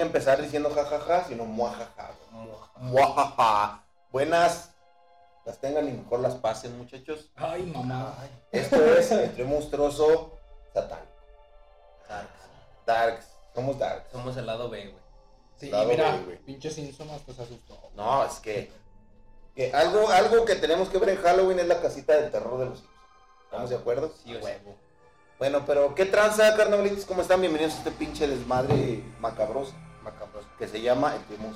empezar diciendo jajaja, ja, ja, sino muajaja. Muajaja. Buenas. Las tengan y mejor las pasen, muchachos. Ay, mamá. Ay, Esto es Entre Monstruoso Satánico. Darks. Darks. Somos Darks. Somos el lado B, güey. Sí, Lado mira, B, güey. pinche Simpson hasta se asustó. No, es que, que algo, algo que tenemos que ver en Halloween es la casita del terror de los Simpsons. ¿Estamos de acuerdo? Sí, o sea. Huevo. Bueno, pero ¿qué tranza, carnavalitos? ¿Cómo están? Bienvenidos a este pinche desmadre macabroso Macabros. que se llama El Primo.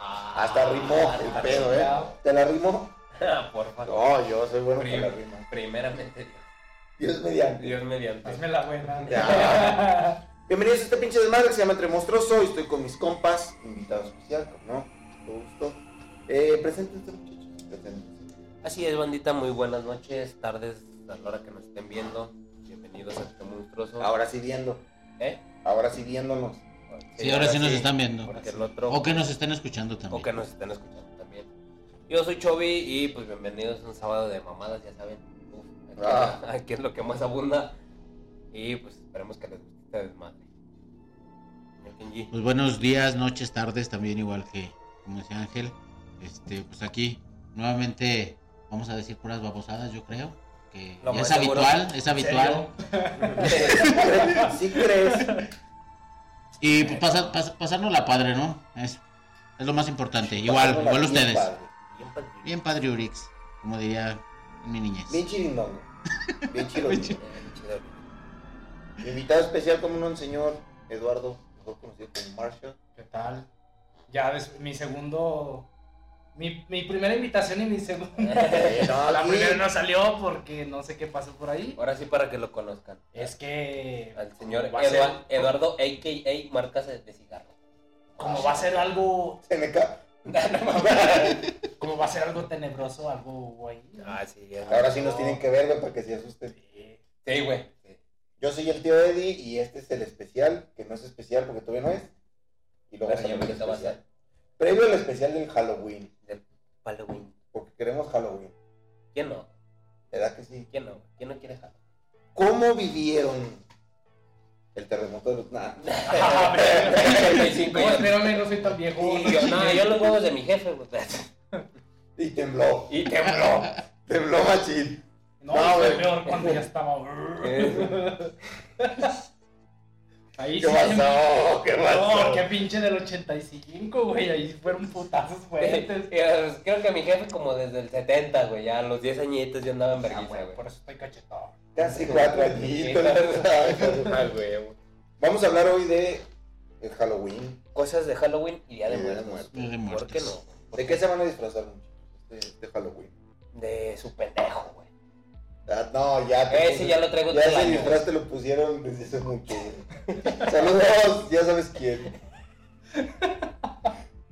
Ah, Hasta rimó el hasta pedo, ¿eh? chingado. ¿Te la rimó? rimó. Porfa. No, yo soy bueno con la Primo. rima. Primeramente, Dios. Dios mediante. Dios mediante. Hazme la buena. Ya. Bienvenidos a este pinche desmadre que se llama Entre Monstruoso. Y estoy con mis compas, invitado especial, como no, con gusto. Eh, preséntense, muchachos. Preséntense. Así es, bandita, muy buenas noches, tardes, a la hora que nos estén viendo. Bienvenidos a este monstruoso. Ahora sí viendo, ¿eh? ahora sí viéndonos. Sí, ahora sí nos están viendo. Porque el otro. O que nos estén escuchando o que también. nos estén escuchando también. Yo soy Chovy y pues bienvenidos a un sábado de mamadas, ya saben. Uf, aquí, Ah. aquí es lo que más abunda. Y pues esperemos que les guste este desmadre. Señor Kenji. Pues buenos días, noches, tardes, también igual que como decía Ángel. Este, pues aquí nuevamente vamos a decir puras babosadas, yo creo. Que Lo ya más es seguro. habitual, es habitual. ¿Sí crees? Y pues pasa- pas- pasarnos la padre, ¿no? Es, es lo más importante. Igual, igual ustedes. Bien, padre. Bien padre Urix, como diría en mi niñez. Bien chirindongo. Bien Bien chirindongo. chido. Eh, chido. Invitado especial como un señor Eduardo, mejor conocido como Marshall. ¿Qué tal? Ya des- mi segundo. Mi, mi primera invitación y mi segunda. Eh, no, La aquí- primera no salió porque no sé qué pasó por ahí. Ahora sí para que lo conozcan. Es que. Al señor va a ser- Eduard- Eduardo, a.k.a. marcas de, de cigarro. Como va a ser algo. Se me ca- Como va a ser algo tenebroso, algo güey. Ah, sí. Ahora sí nos tienen que ver, güey, para que se asusten. Sí. Sí, güey. Sí. Yo soy el tío Eddie y este es el especial, que no es especial porque todavía no es. Y luego Pero ya sale el ahorita va a especial. ser. Previo al especial del Halloween, Halloween. porque queremos Halloween. ¿Quién no? ¿Verdad que sí? ¿Quién no? ¿Quién no quiere Halloween? ¿Cómo vivieron el terremoto de los... Nah. Ah, pero- 85 No, yo- espérame, no soy tan viejo. Y yo, no, yo los huevos de mi jefe, güey. Y tembló, Y tembló. tembló machín. No, No, fue güey. peor cuando ya estaba. Ahí ¿Qué sí. pasó? ¿Qué pasó? No, qué pinche del 85, güey. Ahí fueron putazos fuertes. Eh, Creo que mi jefe como desde el 70, güey, ya a los 10 añitos yo andaba en Ah, vergüenza, güey, güey. Por eso estoy cachetado. Casi cuatro añitos. Ah, güey. Vamos a hablar hoy de el Halloween. Cosas de Halloween y Día de Y Día de Muertos. Día de ¿Por qué Muertos. no? ¿De qué se van a disfrazar mucho? De, de Halloween. De su pendejo, güey. Ah, no, ya. te Ese ya lo traigo Ya todo el ese año. disfraz te lo pusieron desde hace mucho. güey. Saludos, ya sabes quién.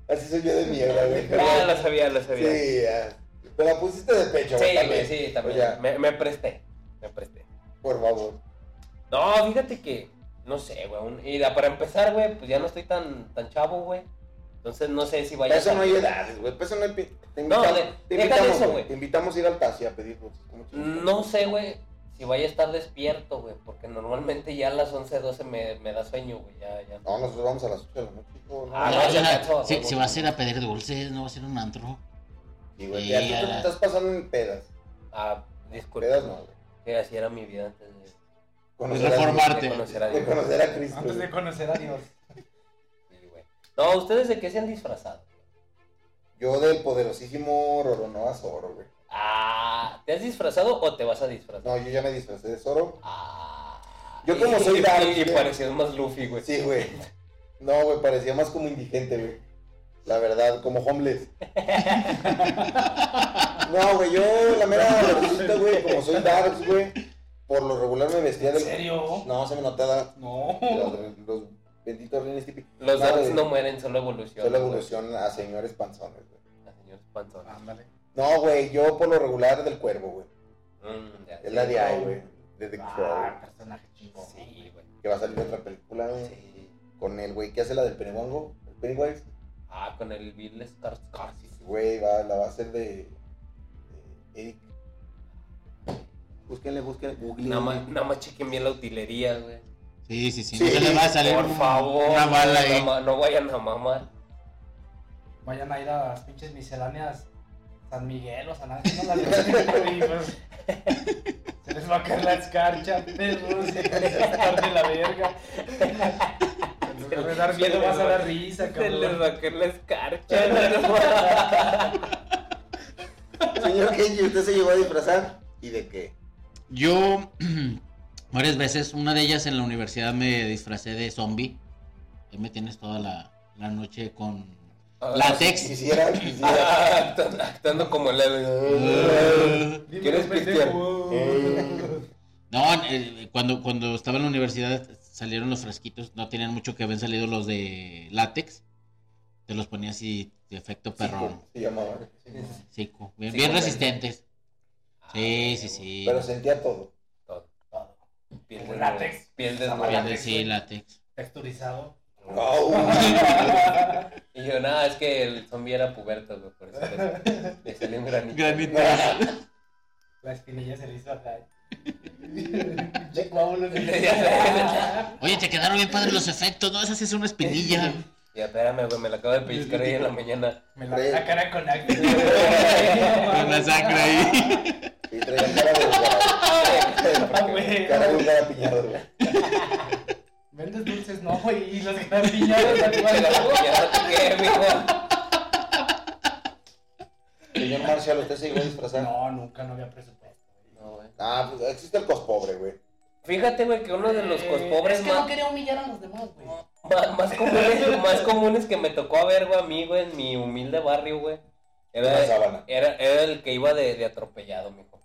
Así soy yo de mierda, güey. Ah, lo sabía, lo sabía. Sí, Sí, ya. Te la pusiste de pecho, güey. güey, también. sí, también. O sea, Me, me presté, me presté. Por favor. No, fíjate que, no sé, güey. un- Y da- para empezar, güey, pues ya no estoy tan, tan chavo, güey. Entonces no sé si vaya Para eso no hay salir. edades, güey. Para eso no hay. pi- Te No, invitamos, de- te deja de invitamos, eso, güey. güey. Te invitamos a ir al taxi a pedir dulces. ¿Cómo chingados? No sé, güey, si vaya a estar despierto, güey, porque normalmente ya a las 11, 12 me, me da sueño, güey, ya, ya. No, nosotros vamos a las 8 de la noche, hijo. No, Ah, Ya no, vas ya a- alcanzó, si, huevo. si vas a ir a pedir dulces, no va a ser un antro. Y güey, ya tú Ya. te estás pasando en pedas. Ah, disculpa. Pedas no, güey. Que así era mi vida antes de, de Conocer a, reformar. Cristo, Parte. conocer a de Dios. conocer a Cristo. Antes de güey. conocer a Dios. Sí, güey. No, ¿ustedes de qué se han disfrazado? Yo del poderosísimo Roronoa Zoro, güey. Ah, ¿te has disfrazado o te vas a disfrazar? No, yo ya me disfracé de Zoro. Ah. Yo como y- soy y- dark, Y, güey. parecías más Luffy, güey. Pues Sí, güey. No, güey, parecía más como indigente, güey. La verdad, como homeless. No, güey, yo la mera verdad, güey, como soy darks, güey. Por lo regular me vestía ¿En del... serio? No, se me notaba No. los, los benditos rines típicos. Los Madre. darks no mueren, solo evolucionan. Solo güey. evolución a señores panzones, güey. Ah, señores panzones. Ándale. No, güey, yo por lo regular del cuervo, güey. Mm, ya, Es la sí, de ahí, güey. De The Ah, Crow. personaje chingón. Sí, güey. Que va a salir otra película, güey. Sí. Con el güey que hace la del Pennywise. El Pennywise. Ah, con el Bill Skarsgård. Güey, va, la va a hacer de. de Eric. Búsquenle, búsquenle. Google. Nada más, nada más chequen bien la utilería, güey. Sí, sí, sí. Sí, no se le va a salir Por un- favor, una bala no, ahí. ma- no vayan a mamar. Vayan a ir a las pinches misceláneas San Miguel o San Ángel. no las de- y, pues, Se les va a caer la escarcha, perros. Se les va a estar de la verga. En lugar de dar miedo, vas a dar risa, Se les cabrón. va a caer la escarcha. Señor Kenji, usted se llegó a disfrazar. ¿Y de qué? Yo varias veces, una de ellas en la universidad me disfracé de zombie. Ahí me tienes toda la, la noche con látex. Quisiera, quisiera. Ah, Actando actando como el. No, Dime, ¿Quieres pendejo. eh, cuando, cuando estaba en la universidad salieron los frasquitos, no tenían mucho que habían salido los de látex. Te los ponía así de efecto perrón. Se llamaba. Cico. Bien, Cico, bien güey. resistentes. Ah, Sí, sí, sí. Pero sentía todo. Piel de Látex. Piel de Bien Látex, de- sí, güey. látex. Texturizado. Y yo, nada, es que el zombie era puberto, güey, por eso le, le salió un granito. Granito. La espinilla se le hizo acá. Che, coágulos. Oye, te quedaron bien padres los efectos, ¿no? Esa sí es una espinilla. Y espérame, güey, me la acabo de pellizcar hoy en la mañana. Me la la cara con acto. Con la sangre ahí. Y traía cara de Ah, güey. hogado. Cara de hogado piñado, güey. Vendes dulces, no, güey. Y los que están piñados Ya arriba de la no te quedé, mijo. Señor Marcial, usted se llegó a disfrazar. No, nunca, no había presupuesto. No, güey. Ah, pues existe el cospobre, güey. Fíjate, güey, que uno de los Eh, cospobres Es que no más, quería humillar a los demás, güey. ma- más, comunes, más comunes que me tocó ver, güey, a mí, güey, en mi humilde barrio, güey. Una Era, sábana. era, era el que iba de, de atropellado, mijo.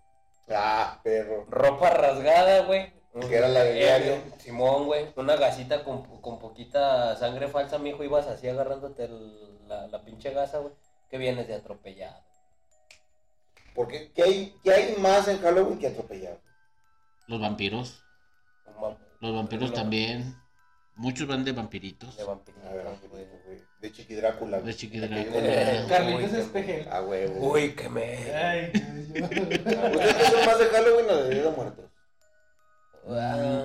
Ah, perro. Ropa rasgada, güey. Que era la de diario. Eh, Simón, güey. Una gasita con, con poquita sangre falsa, mijo. Ibas así agarrándote el- la, la pinche gasa, güey. Que vienes de atropellado. Porque, ¿qué hay, qué hay más en Halloween que atropellado? Los vampiros. Un va- Los vampiros Los- también. Muchos van de vampiritos. De vampirito, A ver, güey. güey. De Chiqui Drácula. güey. De Chiqui Drácula. Aquello de- Carlitos Uy, Espeje. A Ah, huevo. güey. Uy, que me. Ay, Dios. ¿Ustedes qué son más de Halloween o de Día de Muertos? Ah,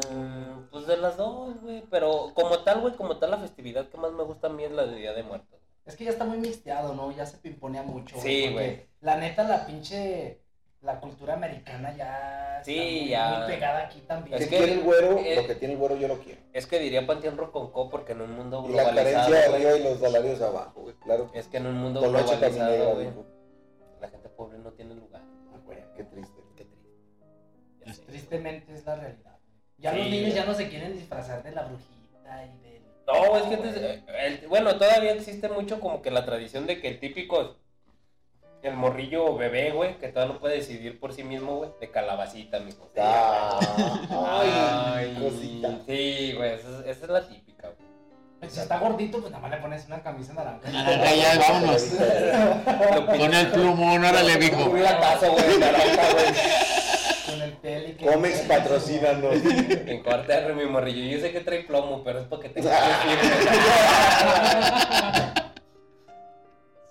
pues de las dos, güey. Pero como tal, güey, como tal, la festividad que más me gusta a mí es la de Día de Muertos. Es que ya está muy mixteado, ¿no? Ya se pimponea mucho. Sí, porque güey. La neta, la pinche. La cultura americana ya. Sí, está muy- ya. Muy pegada aquí también. Es Si que- quiere el güero, eh, lo que tiene el güero yo lo quiero. Es que diría Panteón Roconcó porque en un mundo Y la globalizado. carencia güey, arriba y los salarios abajo, güey. Claro. Es que en un mundo Toloche globalizado, caminera, güey. güey. La gente pobre no tiene lugar. Ah, güey, Qué triste. Qué triste. Ya Es sé. Tristemente es la realidad. Ya Sí, los niños güey. ya no se quieren disfrazar de la brujita y del. No, es que antes, eh, el- bueno, todavía existe mucho como que la tradición de que el típico, el morrillo bebé, güey, que todavía no puede decidir por sí mismo, güey, de calabacita, mijo. Sí, Ah, güey. ay, cosita. Sí, güey, esa, es- esa es la típica, güey. Si está gordito, pues nada más le pones una camisa naranja. Naranja, ya, vámonos. Lo Con pinche- el plumón, órale, mijo. Una taza, güey, naranja, güey. Con el peli que. Comex patrocínanos. En corte, mi morrillo. Yo sé que trae plomo, pero es para que te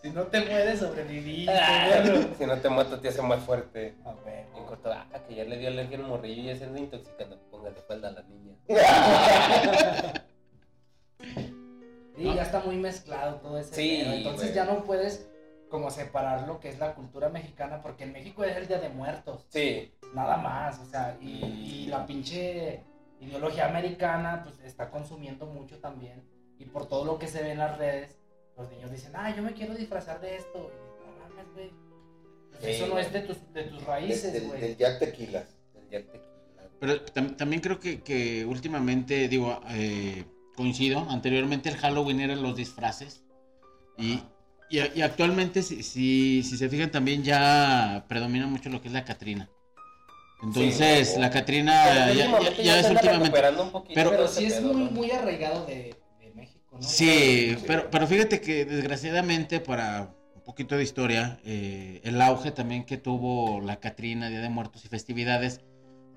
Si no te mueres, sobrevivir. Ah. Si no te mata, te hace más fuerte. A ver. En corto, ah, que ya le dio alergia al morrillo y ya se anda intoxicando. Póngate espalda a la niña. Sí, ya está muy mezclado todo ese Sí, pedo. Entonces güey. ya no puedes como separar lo que es la cultura mexicana, porque en México es el Día de Muertos, Sí, nada más, o sea, y, y la pinche ideología americana pues está consumiendo mucho también, y por todo lo que se ve en las redes, los niños dicen, ah, yo me quiero disfrazar de esto, y no mames, güey, pues Sí. eso no es de tus, de tus Del, raíces, del- güey. del Jack Tequilas. ya te Pero tam- también creo que, que últimamente, digo, eh, coincido, anteriormente el Halloween eran los disfraces. Y, y, a- y actualmente, si, si, si se fijan, también ya predomina mucho lo que es la Catrina. Entonces, Sí. la Catrina Ah, ya, ya- ya es últimamente. Pero, pero- sí es muy, muy arraigado de, de México, ¿no? Sí, Sí. pero, pero fíjate que desgraciadamente para un poquito de historia, eh, el auge también que tuvo la Catrina, Día de Muertos y festividades,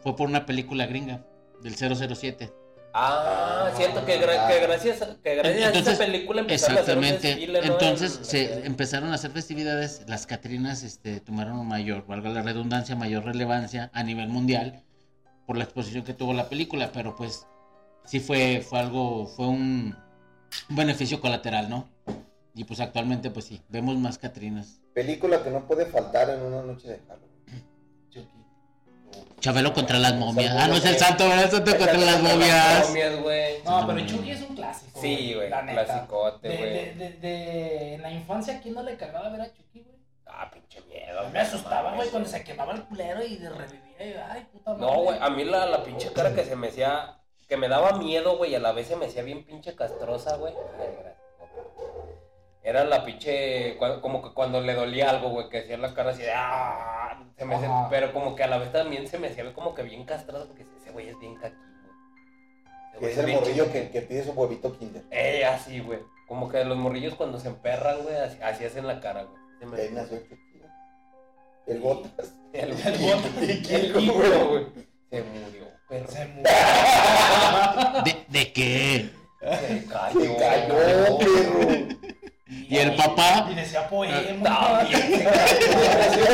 fue por una película gringa del 007. Ah, siento que, gra- que gracias, a- que gracias a Entonces, esa película empezaron a hacer un Exactamente. desfile, ¿no? Entonces En- se en- empezaron a hacer festividades, las Catrinas este, tomaron mayor, valga la redundancia, mayor relevancia a nivel mundial por la exposición que tuvo la película, pero pues sí fue, fue algo, fue un, un beneficio colateral, ¿no? Y pues actualmente, pues sí, vemos más Catrinas. Película que no puede faltar en una noche de Halloween. Chucky. Chabelo contra las San momias. Juan, Ah, no es el güey. santo, ¿verdad? El santo Está contra las con momias. momias, güey. No, pero Chucky es un clásico. Sí, güey, la neta. clasicote, De, de, güey. de, de- en la infancia, ¿quién no le cagaba ver a Chucky, güey? Ah, pinche miedo. A mí Me güey, asustaba, no güey, mames, cuando se quemaba el culero y de revivía. y, Ay, puta madre. No, güey, a mí la, la pinche cara que se me hacía, que me daba miedo, güey, y a la vez se me hacía bien pinche castrosa, güey. Ay, gracias. Era la pinche, cua- como que cuando le dolía algo, güey, que hacía la cara así de, "Ah", se me hacía- Ajá. pero como que a la vez también se me hacía como que bien castrosa, porque ese güey es bien caqui, güey. Ese güey Es el bien morrillo chiquito. que, que pide su huevito kinder. Eh, así, güey. Como que los morrillos cuando se emperran, güey, así, así hacen la cara, güey. Se me- De ahí nació el Chucky, güey. El botas. El, El bote de el Kiko, Kiko, güey. Se murió, perro. Se murió. ¿De, de qué? Se cayó. Se cayó, perro. ¿Y el papá? Y decía poemas. También se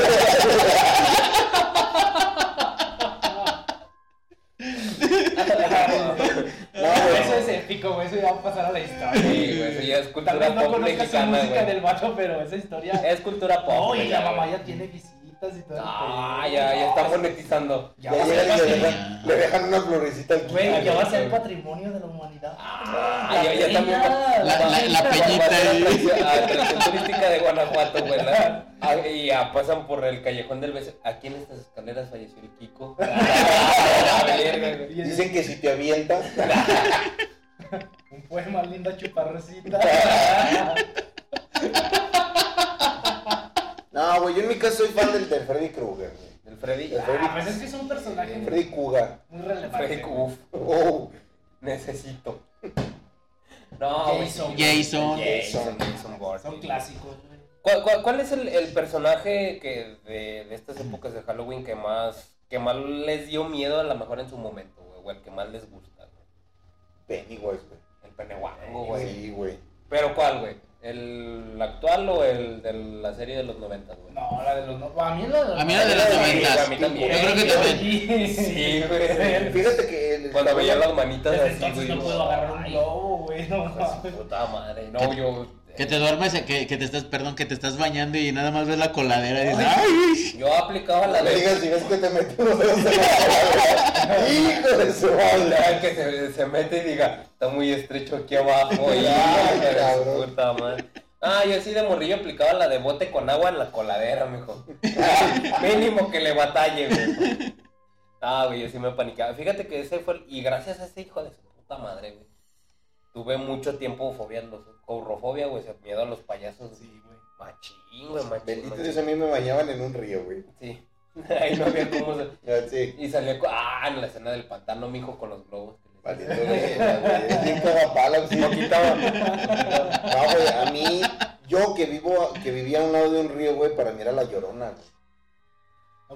cayó. No, güey. Eso es épico, güey. Eso ya va a pasar a la historia. Sí, güey, eso ya Tal vez es cultura no pop conozcas su mexicana, música güey. del vato, pero esa historia. Es cultura pop. No, y güey, la ya, mamá güey. ya tiene visitas y todo. el Ah, pedo. ya, ya está monetizando. Ya Ya va a ser llegan y le patrimonio. dejan, le dejan una florecita al Güey, kinder. ya va a ser patrimonio de la humanidad. Ah, ya, ya peña, también va- La, la, la peñita ahí. a la atracción turística de Guanajuato, güey. la- a- y ya pasan por el callejón del beso. Aquí en estas escaleras falleció el Kiko. A la verga, güey. Y es Dicen que si te avientas, Un poema linda chuparrosita. Ah, No, güey, yo en mi caso soy fan del, del Freddy Krueger, güey. El Freddy. Ah, El Ah, pues es que es un personaje El muy- Freddy Kuga. muy Freddy, relevante. uff, Oh, necesito. No, güey, Jason. Jason. Jason, Jason Bourne. Son clásicos, güey. ¿Cuál, cuál, cuál es el, el personaje que de, de estas épocas de Halloween que más, que más les dio miedo a lo mejor en su momento, güey? O el que más les gusta, güey. Pennywise, güey. El Penehuango, güey. Sí, güey. ¿Pero cuál, güey? ¿El actual o el de la serie de los 90, güey? No, la de los no. A mí la de los A mí la de los Sí, noventas. a mí también. Yo creo que también. Sí, güey. Fíjate que el, Cuando veía las manitas Desde así, entonces güey. no puedo agarrar un globo, güey. No hijo de mames. su puta madre. No, yo. Que te duermes, que, que te estás, perdón, que te estás bañando y nada más ves la coladera y dices, ¡ay! Yo aplicaba la No me de. digas si ves que te metí los dedos en la cara. Hijo de su madre. la que se, se mete y diga, está muy estrecho aquí abajo. Ay, Y hijo de su cabrón. puta madre. Ah, yo sí de morrillo aplicaba la de bote con agua en la coladera, mijo. Mínimo que le batalle, güey. Ah, güey, yo sí me paniqueaba. Fíjate que ese fue. el- Y gracias a ese hijo de su puta madre, güey. Tuve mucho tiempo fobia, en los, courofobia, güey, ese miedo a los payasos. güey. Sí, güey. Machín, güey, machín. Bendito machín. Dios, a mí me bañaban en un río, güey. Sí. Ahí no había cómo. se- Ya, Sí, Y salió. co- Ah, en la escena del pantano, mijo, con los globos. maldito verga, güey. Es bien cagapala, sí. Un poquito, No, güey, a mí, yo que vivo, que vivía a un lado de un río, güey, para mí era la llorona, güey.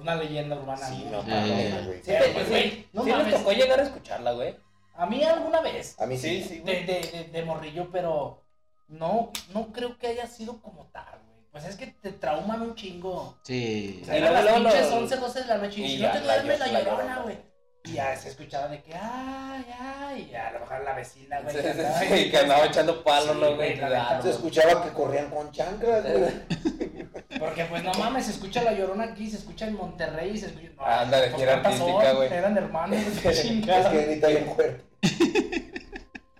Una leyenda urbana. Sí, güey. no, Sí. mames, güey. Sí, Pero, sí, pues, sí. güey, no sí les mames. tocó llegar a escucharla, güey. A mí alguna vez. A mí sí. de, de, de, de morrillo, pero no, no creo que haya sido como tal, güey. Pues es que te trauman un chingo. Sí. O sea, Y eran luego, las luego, pinches lo- 11, 12 de la noche y, y si ya, no te la duermes, la, llor- la llorona. llorona, güey. Y ya se escuchaba de que, ay, ay, y a lo mejor la vecina, güey. Sí, que sí, andaba sí, ahí. que andaba echando palo, Sí, güey, ¿no, güey? la Ah, neta. Se escuchaba que corrían con chanclas, güey. Porque pues no mames, se escucha la llorona aquí, se escucha en Monterrey, se escucha. No, Anda, de pues, gira ¿cuántas artística, son? güey. Eran hermanos, qué Es chingada. que grita bien fuerte.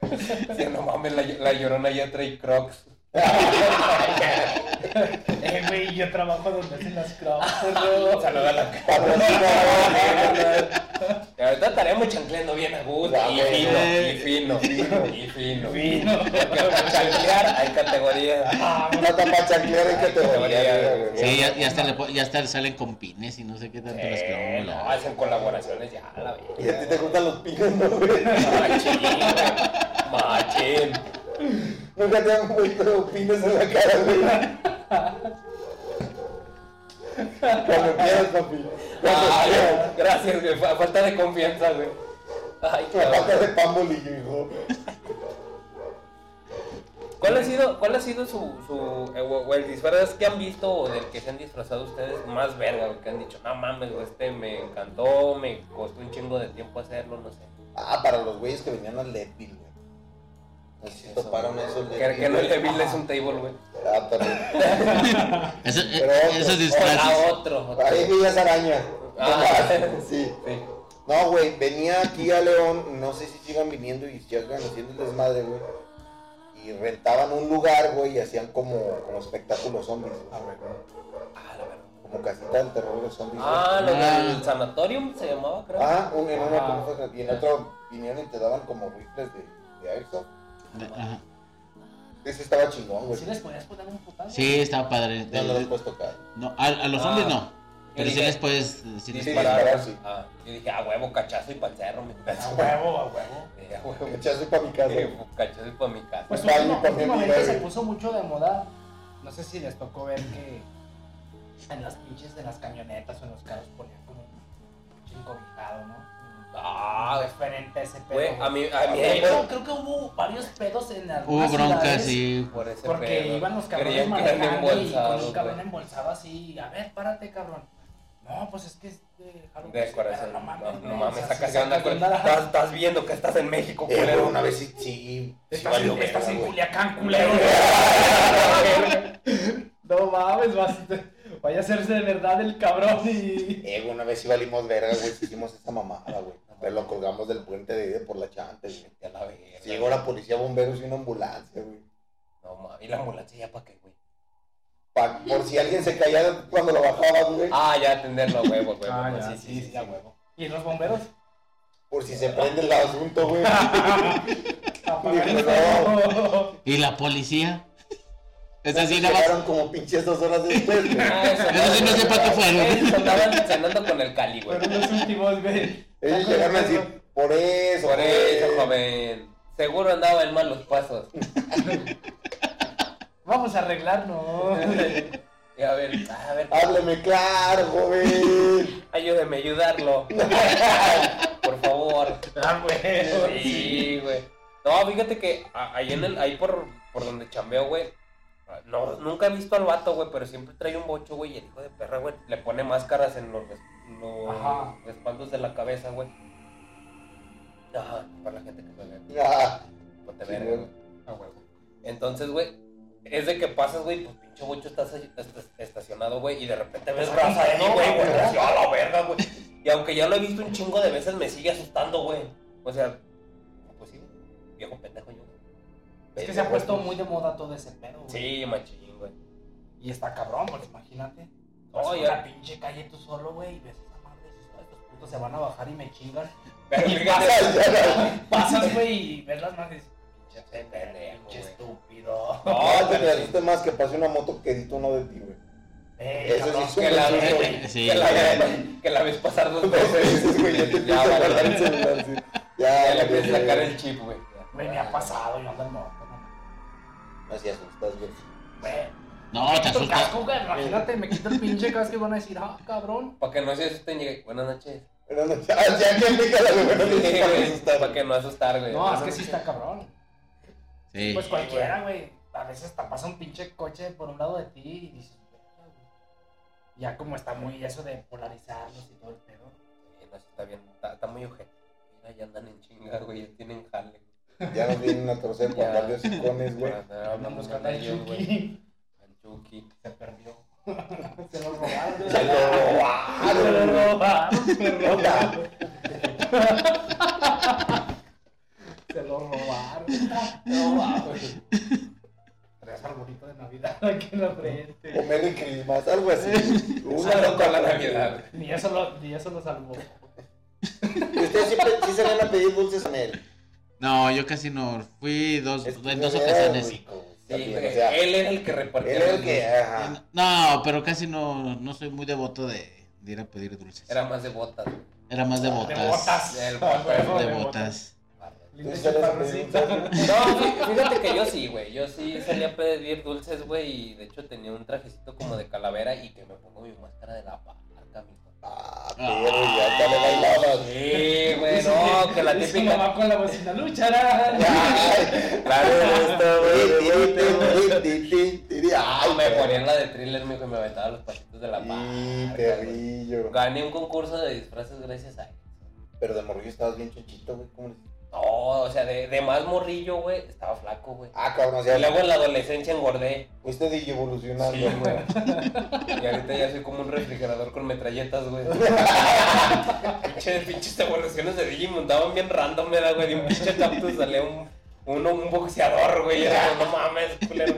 no, sí, no mames, la, la llorona ya trae crocs. Eh, güey, yo trabajo donde hacen las crocs. Saludos a la cara. Patrocinador. Y ahorita estaremos chancleando bien a gusto. Ya, Y güey. fino, y fino, y fino. Fino. Porque para chanclear hay categorías. Ah, Una tapa chanclera en categoría, güey. Sí, ya, ya hasta le, po- ya hasta salen con pines y no sé qué tanto les Eh, clavó, no, la- hacen colaboraciones ya, la verga. Y a ti te gustan los pijos, ¿no, güey? Machín, güey. Machín. Nunca te han puesto los pines en la cara, güey. Cuando quieras, papi. Cuando Ay, quieras. gracias, güey. fa- Falta de confianza, güey. Ay, La pata cabrón. de pan bolillo, hijo. ¿Cuál ha sido, cuál ha sido su, su eh, o- o el disfraz que han visto o del que se han disfrazado ustedes más verga, güey, que han dicho, no mames, güey, este me encantó, me costó un chingo de tiempo hacerlo, no sé. Ah, para los güeyes que venían al Leadville, güey. No sé si toparon esos Que, que Leadville. no el débil es un table, güey. Ah, perdón. Eso- eh, Pero otro, esos A disfraces. otro. otro. Ahí vi esa araña. Ah. sí. Sí. No, güey, venía aquí a León, no sé si sigan viniendo y sigan haciendo el desmadre, güey. Y rentaban un lugar, güey, y hacían como, como espectáculos zombies, güey. Ah, la verdad. como casita del terror de zombies. güey. Ah, lo Ah. del sanatorium se llamaba, creo. Ajá, un- en una Ah. cosa y en otro vinieron y te daban como rifles de, de airsoft. Ajá. Ese estaba chingón, güey. ¿Sí les podías poner un putazo? Sí, estaba padre. No, no los pues, puedes tocar. No, a, a los Ah. zombies no. Pero sí dije- les puedes. eh, sí les sí, puedes- para- Disparar. sí. Ah, yo dije, a huevo, cachazo y pa'l cerro, mi A cachazo. huevo, a Ah, huevo. Sí, a huevo. Echazo para mi Eh, casa. Eh, Sí, cachazo y pa' mi casa. Pues Vale, último- por últimamente ejemplo, se güey. puso mucho de moda. No sé si les tocó ver que en las pinches de las camionetas o en los carros ponían como un chingo vigado, ¿no? Ah, referente a ese pedo. güey, a mí, a mí, Güey, De hecho, creo que hubo varios pedos en Hubo Ah, algunas broncas, ciudades sí. por ese Porque pedo. iban los cabrones Creían que eran manejando y con embolsados, un cabrón güey. embolsado así. A ver, párate, cabrón. No, pues es que es de Halloween, De pero corazón. No mames, no güey, o mames, sea, sacas sí, de onda, sacas de güey. onda. Estás estás viendo que estás en México, Eh, culero. pero una vez sí, sí, sí Estás, valió en, estás verga, en güey. Culiacán, culero. no mames, vas- vaya a hacerse de verdad el cabrón y. Eh, güey, una vez sí valimos verga, güey, sí hicimos esa mamada, güey. Pero lo colgamos del puente de ida por la chante, güey. Ya la verga. Sí, Llegó la policía, bomberos y una ambulancia, güey. No mames, y la ambulancia ya para qué, güey. Pa- por si alguien se caía cuando lo bajaban, güey. Ah, ya atenderlo, huevo, huevo. pues, sí, sí, sí, a sí. huevo. ¿Y los bomberos? Por si se prende el asunto, güey. Apagar Dijo, el fuego. ¿Y la policía? Es así, nada más. Llegaron como pinches dos horas después, güey. Ah, eso Eso sí no sé para qué Eh, fueron. Estaban cenando con el Cali, güey. Fueron los últimos, güey. Ellos llegaron a decir, por eso, Por eso, güey". joven. Seguro andaba en malos pasos. Vamos a arreglarnos. Y a ver, a ver, Hábleme claro, joven. ayúdeme a ayudarlo. Por favor. Ah, güey. Sí, güey. No, fíjate que a- ahí en el, ahí por, por donde chambeo, güey. No, nunca he visto al vato, güey, pero siempre trae un bocho, güey, y el hijo de perra, güey, le pone máscaras en los, res- los Ajá. respaldos de la cabeza, güey. Ajá, para la gente que me ve. Ah, Ponte Sí, Pues verga, güey. güey. Entonces, güey, es de que pasas, güey, pues pinche bocho estás ahí- estás estacionado, güey, y de repente ves raza ahí, No, güey, Pues, güey, güey, así, a la verga, güey. Y aunque ya lo he visto un chingo de veces, me sigue asustando, güey. O sea, pues sí, viejo pendejo yo. Es que se ha puesto muy de moda todo ese pedo, güey. Sí, machín, güey. Y está cabrón, pues imagínate. No, Vas por ya- la pinche calle tú solo, güey, y ves esa madre, dices, "Ay, estos putos se van a bajar y me chingan. Pero Y fíjate, ya, Pasas, güey, y ves las madres. Pinche Qué pendejo, pendejo, pinche güey. estúpido. No, No, te pero sí. asuste más que pase una moto que edita uno de ti, güey. Eh, Eso cabrón. sí Que la, Sí, que, la, güey. que la ves pasar dos Dos veces, güey, ya te veces. empieza a Ya, vale, guardar el celular, sí. Ya, ya le empiezas a güey. sacar el chip, güey. Güey, me ha pasado, yo ando en moto, no mames. Así asustas, güey. Güey, No, te quito el asustas. casco, güey, imagínate, me quito el pinche casco y van a decir, ah, cabrón. Para que no se asusten, llegue. Buenas noches. Pero no, ya, ya que me cala, güey, bueno, Sí, no para güey, asustar. Para que no asustar, güey. Eh, No, es que sí está cabrón. Sí. Pues cualquiera, güey. A veces te pasa un pinche coche por un lado de ti y dices, "Verga, güey". ya como está muy eso de polarizarlos y todo el pedo. Sí, no, sí está bien, está, está muy ojete. Mira, ya andan en chinga, güey, ya tienen jale. Ya nos vienen a torcer por Ya. hablar de hocicones, güey. Para andar Andan hablando buscando mal al de ellos, güey. Chucky. Al Chucky. Se perdió. Se lo robaron. Se lo Se robaron, lo güey. robaron, perro. Se lo robaron. No mames. Tres arbolitos de Navidad aquí en la frente. Comer y crimas, algo así. Una Salud loca Ah, con la Navidad, güey. Ni eso lo, ni eso lo salvó. Y Ustedes siempre sí se van a pedir dulces en él. No, yo casi no. Fui dos, Es- Pues, en dos era ocasiones. rico, güey, Sí, también, güey, o sea, él él era el que repartía. era el los que, dulces. ajá. Em, No, pero casi no, no soy muy devoto de, de ir a pedir dulces. Era Era, más de botas. güey. más de botas. De botas. El papel De De botas. Tú se las pediste. No, fí- fíjate que yo sí, güey. Yo sí salía a pedir dulces, güey. Y de hecho tenía un trajecito como de calavera y que me pongo mi máscara de la barca, mi papá. Ah, perro, ya te Ah. le bailabas. Sí, güey, no, que la Y su típica. mamá con la bocina lucharán. Ay, claro, esto, güey, de bote, güey. Ti, ti, ti, ti. Ay, Ay, me perro. ponían la de thriller, mijo, y me aventaba los pasitos de la Y barca. güey. perrillo. Gané un concurso de disfraces gracias a eso. Pero de morrillo estabas bien chonchito, güey. ¿Cómo les- No, o sea, de, de más morrillo, güey, estaba flaco, güey. Ah, cabrón, o Y sea, luego en la adolescencia engordé. fuiste digievolucionando. Sí, güey. Y ahorita ya soy como un refrigerador con metralletas, güey. Pinche, pinches evoluciones de Digimon daban bien random, era, güey. De un pinche cactus salía un, uno, un boxeador, güey. Era, no mames, culero.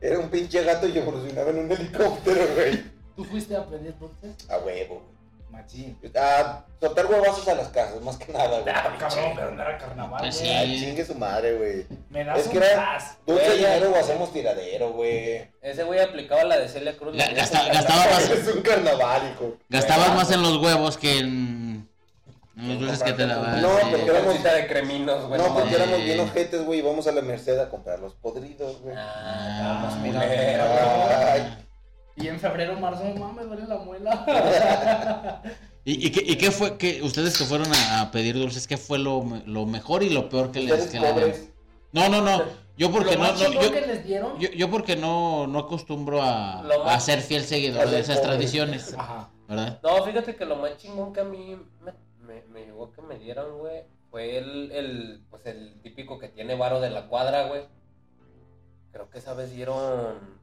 Era un pinche gato y evolucionaba en un helicóptero, güey. ¿Tú fuiste a aprender boxes? A huevo, güey. Machín. A soltar huevazos a las casas, más que nada, güey. Ah, cabrón, pero no era carnaval, Pues güey. sí. Ah, chingue su madre, güey. Me das Es que un era- tas. Dulce Güey, dinero o hacemos tiradero, güey. Ese güey aplicaba la de Celia Cruz. La- güey. gasta- gastaba más, Es un carnaval, hijo. gastabas más en los huevos que en, en los dulces que te daban. No, sí. porque- Una bolsita de creminos, güey. no, porque mames. éramos bien ojetes, güey, y vamos a la Merced a comprar los podridos, güey. Ah, vamos, Ah, mira. Ay, Y en febrero, marzo, no mames, duele la muela. ¿Y, y qué, y qué fue? que ustedes que fueron a, a pedir dulces, ¿qué fue lo, me- lo mejor y lo peor que les ustedes que le pobres. No, no, no. Yo porque Lo no, más no, chingón yo, que les dieron. yo, yo porque no, no acostumbro a, Lo más- a ser fiel a seguidor ser de esas pobre. tradiciones, Ajá. ¿verdad? No, fíjate que lo más chingón que a mí me, me, me llegó que me dieron, güey, fue el, el, pues el típico que tiene varo de la cuadra, güey. Creo que esa vez dieron,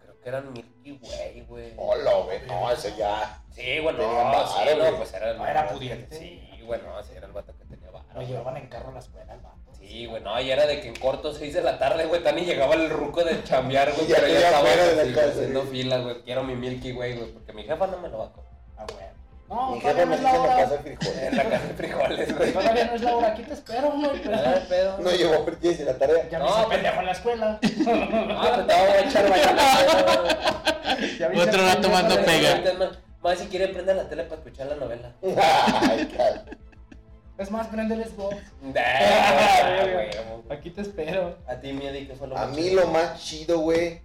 creo que eran Milky Way, güey. Hola, güey. No, eso ya. Sí, bueno, Tenían no, varo, sí, güey. no, pues era el No, era pudiente. Sí, bueno, sí, era el vato que tenía varo. Lo llevaban en carro a la escuela, el vato. Sí, güey, no, y era de que en corto, 6 de la tarde, güey, Tani llegaba el ruco de chambear, güey, Ya pero ya quería estaba fuera de la así, casa, haciendo güey. fila, güey, quiero mi Milky Way, güey, porque mi jefa no me lo va a comer. Ah, güey. No, Mi jefe todavía no me es dice la en la casa hora. de frijoles. En la casa de frijoles, güey. Todavía no es la hora. Aquí te espero, no hay pedo. Ah, pedo. No llegó a partir de la tarea. Ya me No, hice pero- pues- pendejo en la escuela. Ah, pues te voy a echar mañana. Ya me hice Otro rato pendejo en mando la pega. escuela. Más si quiere prende la tele para escuchar la novela. Ay, cal- Es más, prende el Xbox. Ah, güey. Aquí te espero. A ti, Miedi, ¿qué fue lo A más mí chido? lo más chido, güey,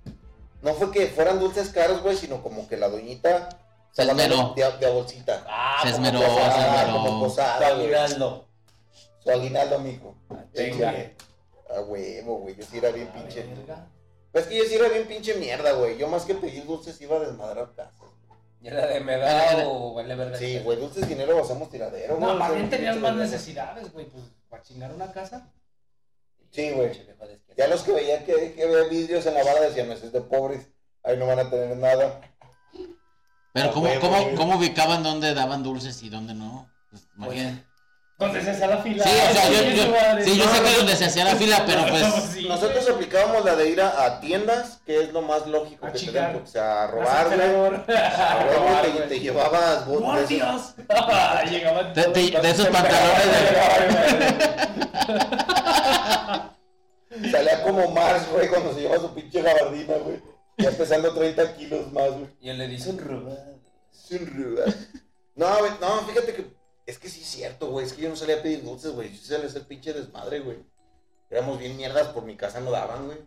no fue que fueran dulces caros, güey, sino como que la doñita Se sacaba esmeró. de, a- de a bolsita. Ah, Se como esmeró, que- se ah, esmeró. como tu posada, güey. aguinaldo. Su aguinaldo, mijo. Ah, Venga. A huevo, güey, yo sí era bien Ah, pinche. Pues verga. Es que yo sí era bien pinche mierda, güey. Yo más que pedir dulces iba a desmadrar casas. ¿Y era de me Ah, da era- o vale verga? Sí, güey, dulces dinero lo hacemos tiradero, güey. No, más O sea, bien tenías pinche más verga. necesidades, güey. Pues, para chingar una casa. Sí, güey. Pinche viejo desquiciado. Ya los que veían que, que había vidrios en la barra decían, no, eso es de pobres, ahí no van a tener nada. Pero A ¿cómo, huevo, cómo, güey. cómo ubicaban dónde daban dulces y dónde no? Pues, imagínate. Donde se hacía la fila. sí, o sea, yo, Ay, yo- su madre. sí, yo No, sé que no, donde se hacía la fila, pero pues... sí, Nosotros güey. aplicábamos la de ir a, a tiendas, que es lo más lógico A que chingar. tenemos, o sea, a Haz robar, el güey. favor. A huevo, robar, te, güey. te llevabas vos- de ¡Por esos- Dios! Llegaban De, pues, todos. de- de esos pantalones de... Salía como Mars, güey, cuando se lleva su pinche gabardina, güey. Ya pesando 30 kilos más, güey. Y él le dice un robado. Sin ruda. No, güey, no, fíjate que. Es que sí es cierto, güey. Es que yo no salía a pedir dulces, güey. Yo salía a hacer pinche desmadre, güey. Éramos bien mierdas, por mi casa no daban, güey.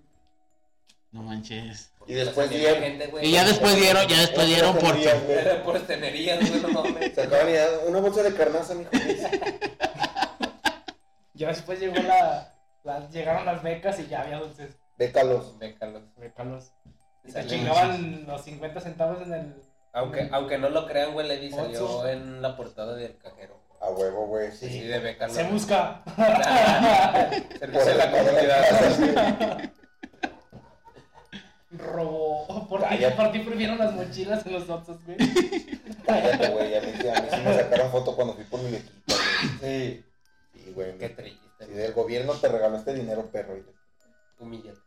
No manches. Y después Salía dieron. gente, güey. Y pues, ya después dieron, ya después dieron Era porque... portería, güey. Era puras tenerías, güey, no mames. Sacaban y daban una bolsa de carnaza, mijo. Ya después llegó la, la- llegaron las becas y ya había dulces. Décalos. Déjalos. Becalos. Y se Salía- chingaban los 50 centavos en el. Aunque, aunque no lo crean, güey, Lady salió Ocho. en la portada del cajero. A huevo, güey. Sí. Sí, de beca. Se busca. Por Servicio a la el- por el- comunidad. Robó. ¿Por ti, Cállate. por ti prohibieron las mochilas en los otros, güey. Cállate, güey. A mí, sí- a mí sí me sacaron foto cuando fui por mi equipo, güey. Sí. Sí, güey. Qué mi- triste. Si del gobierno te regaló este dinero, perro. y- Humillante.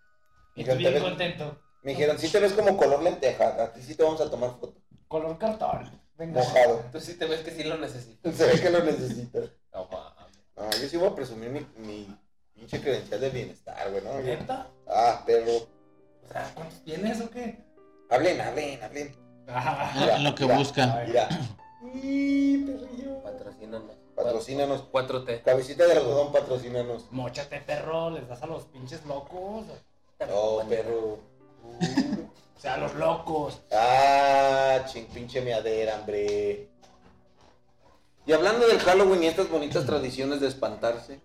Y Fíjate, tú bien ves- contento. Me dijeron, si te ves como color lenteja, a ti sí te vamos a tomar foto. Color cartón. Venga. Mojado. Tú sí te ves que sí lo necesitas. Se ve que lo necesitas. No mames. No, yo sí voy a presumir mi, mi pinche credencial de bienestar, güey, ¿no? ¿Neta? Ah, perro. O sea, ¿cuántos tienes o qué? Hablen, hablen, hablen. Ah, Lo- Lo que Mira, buscan. Mira. Y perrillo. Patrocínanos. Patrocínanos. 4T. Cabecita de algodón, patrocínanos. Móchate, perro. Les das a los pinches locos. No, perro. O sea, a los locos. Ah, ching, pinche meadera, hombre. Y hablando del Halloween y estas bonitas tradiciones de espantarse,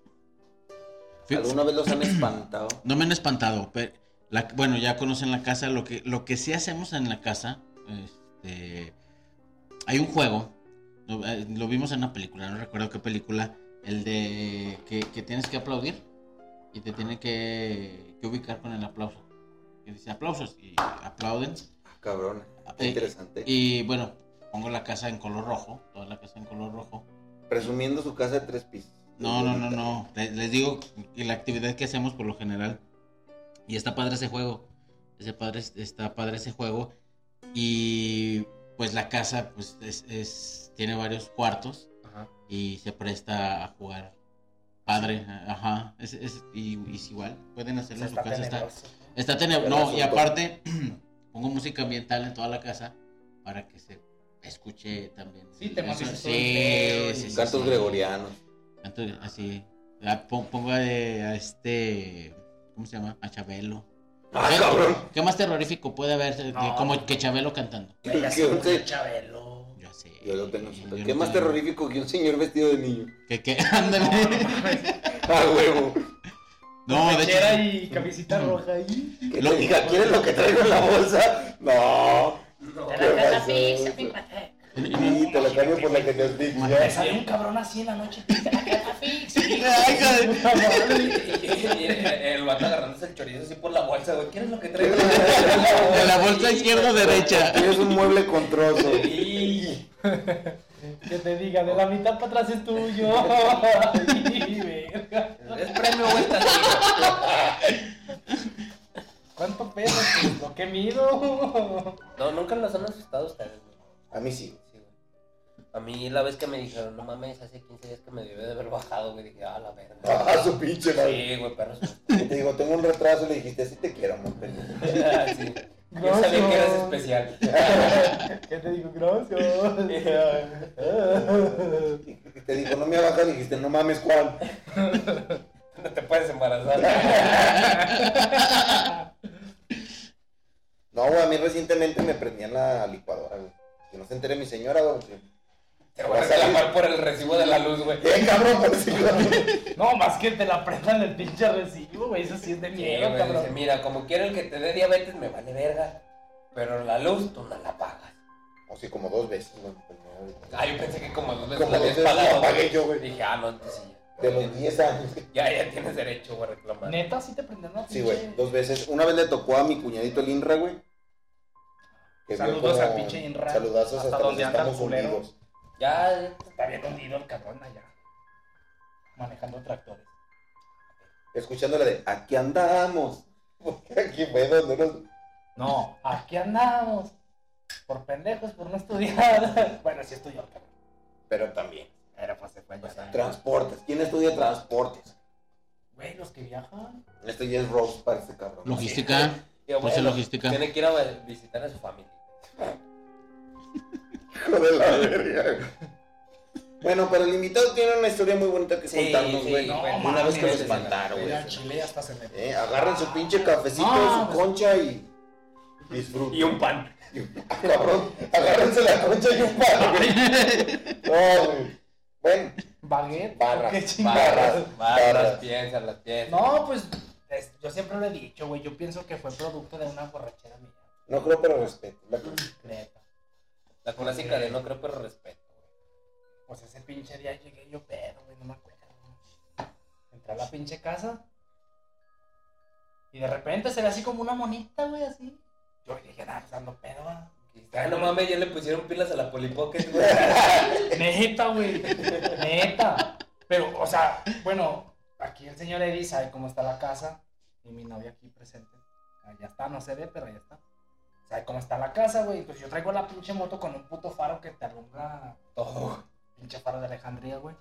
Fí- ¿alguna vez los han espantado? No me han espantado, pero la- bueno, ya conocen la casa, lo que, lo que sí hacemos en la casa, este, hay un juego Lo, eh, lo vimos en una película, no recuerdo qué película. El de que, que tienes que aplaudir y te tienen que, que ubicar con el aplauso. Que dice aplausos y aplauden. Cabrón, qué Eh, interesante. Y bueno, pongo la casa en color rojo, toda la casa en color rojo. Presumiendo su casa de tres pisos. No, no, no, no. Le- Les, digo que la actividad que hacemos por lo general. Y está padre ese juego. Ese padre, está padre ese juego. Y pues la casa pues es, es- tiene varios cuartos Ajá. y se presta a jugar. Padre, ajá. Es, es- y, y es igual. Pueden hacerlo en su casa. Está, Está tenebroso. No, y Asunto. aparte, pongo música ambiental en toda la casa para que se escuche también. Sí, te Eso- mames, Sí, todo el pedo y- sí, sí, Cantos sí. gregorianos. Cantos- así. Ah, pon- Pongo a, eh, a este. ¿Cómo se llama? A Chabelo. Ah, ¿Qué- cabrón. ¿Qué más terrorífico puede haber? eh, No. Como que Chabelo cantando. Venga, ¿Qué onda? sí, Chabelo. Yo sé. Yo lo tengo. yo ¿Qué no más tengo- terrorífico que un señor vestido de niño? Que, que, ándale. Ah, huevo. No, de Pechera hecho. y camisita roja ahí. Que te diga, ¿quieres lo que traigo en la bolsa? No. No. ¿Qué pasó? Sí, te lo cambio por la que te has dicho. Me salió un cabrón así en la noche. Ay, hija de- Puta madre. El vato agarrándose el chorizo así por la bolsa, güey. ¿Quieres lo que traigo? De la bolsa izquierda o derecha. Tienes un mueble con trozo. Sí. Que te diga, de la mitad para atrás es tuyo. Ay, verga. Es premio, güey, está así. ¿Cuánto peso? Pues, Lo que mido. No, nunca los han asustado ustedes, güey. A mí sí. Sí, güey. A mí la vez que me dijeron, no mames, hace 15 días que me debió de haber bajado, güey, dije, ah, la verga. Ah, su pinche madre. Sí, güey, perro. sí. Y te digo, tengo un retraso y le dijiste, sí te quiero, amor. pero- Sí. Yo sabía que eras especial. ¿Qué te digo? Gracias. Y te digo, no me abajas, y dijiste, no mames, Juan. No te puedes embarazar. No, güey, a mí recientemente me prendían la licuadora, güey. Que no se entere mi señora, güey. porque- Te voy a reclamar por el recibo de la luz, güey. Eh, cabrón, pues sí, güey. No, más que te la prendan el pinche recibo, güey. Eso sí es de Sí, miedo, güey, dice, cabrón. mira, como quieren que te dé diabetes, me vale verga. Pero la luz tú no la pagas. O sí, como dos veces, güey. me prendían la licuadora. Ah, yo pensé que como dos veces Como la dos habías veces la pagado. pagué güey. yo, güey. Dije, ah, no, entonces sí. De los 10 años. Ya, ya tienes derecho, güey, a reclamar. Neta, sí te prenden la Sí, pinche- güey, dos veces. Una vez le tocó a mi cuñadito el Inra, güey. que vio Saludos como- al pinche Inra. Saludazos hasta, Hasta donde donde anda el estamos culero. unidos. Ya, Está bien hundido el cabrón allá. Manejando tractores. Escuchándole de aquí andamos. Porque aquí fue donde nos. No, aquí andamos. Por pendejos, por no estudiar. Bueno, sí estudió, cabrón. Pero también. Pero pues se fue allá. Transportes. ¿Quién estudia transportes? Güey, los que viajan. Este ya es Rose para este cabrón. Logística. digo, Pues bueno, es logística. Tiene que ir a visitar a su familia. Hijo de la verga. güey. Bueno, pero el invitado tiene una historia muy bonita que Sí, contarnos, sí, güey. no, una vez mames, que lo sí, espantaron, sí, güey. Mira, Chile hasta se me. Eh, agarren su pinche cafecito, No, su pues- concha y disfruten. pan. Ah, cabrón, agárrense la concha y un palo, güey. No, güey. Bueno, Baguette. Barra, ¿Qué chingados? barras, Barras, barras. barras, piénsalas, piénsalas. No, pues es- yo siempre lo he dicho, güey. Yo pienso que fue producto de una borrachera mía. No creo, pero respeto. La- Neta. La clásica de no creo pero respeto. Pues ese pinche día llegué yo pedo, güey. No me acuerdo. Entré a la pinche casa. Y de repente se ve así como una monita, güey, así. Yo dije, nada, pues ando pedo, ah". Ah, no mames, ya le pusieron pilas a la polipocket, güey. Neta, güey. Neta. Pero, o sea, bueno, aquí el señor Eddie sabe cómo está la casa. Y mi novia aquí presente. Allá está, no se ve, pero allá está. Sabe cómo está la casa, güey. Entonces yo traigo la pinche moto con un puto faro que te alumbra. Todo. Pinche faro de Alejandría, güey.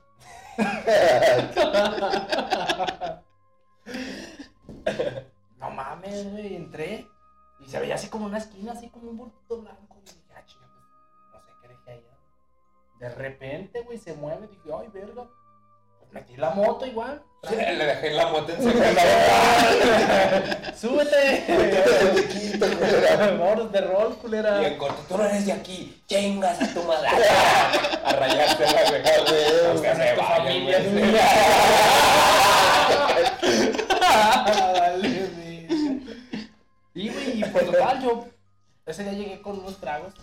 No mames, güey. Entré. Y se veía así como una esquina, así como un bulto blanco. Y dije, ah, chinga, pues, no sé qué dejé allá. De repente, güey, se mueve. Dije, ay, verga. Pues metí la moto igual. Le dejé la moto en seco. ¡Súbete! Quita, güey. Vámonos de rol, Y culera. en corto, tú no eres de aquí. Chingas a tu madre. A rayarte la Ah, güey. güey, Aunque se tu vayan, familia, güey. güey. Y, güey, y pues total, yo ese día llegué con unos tragos.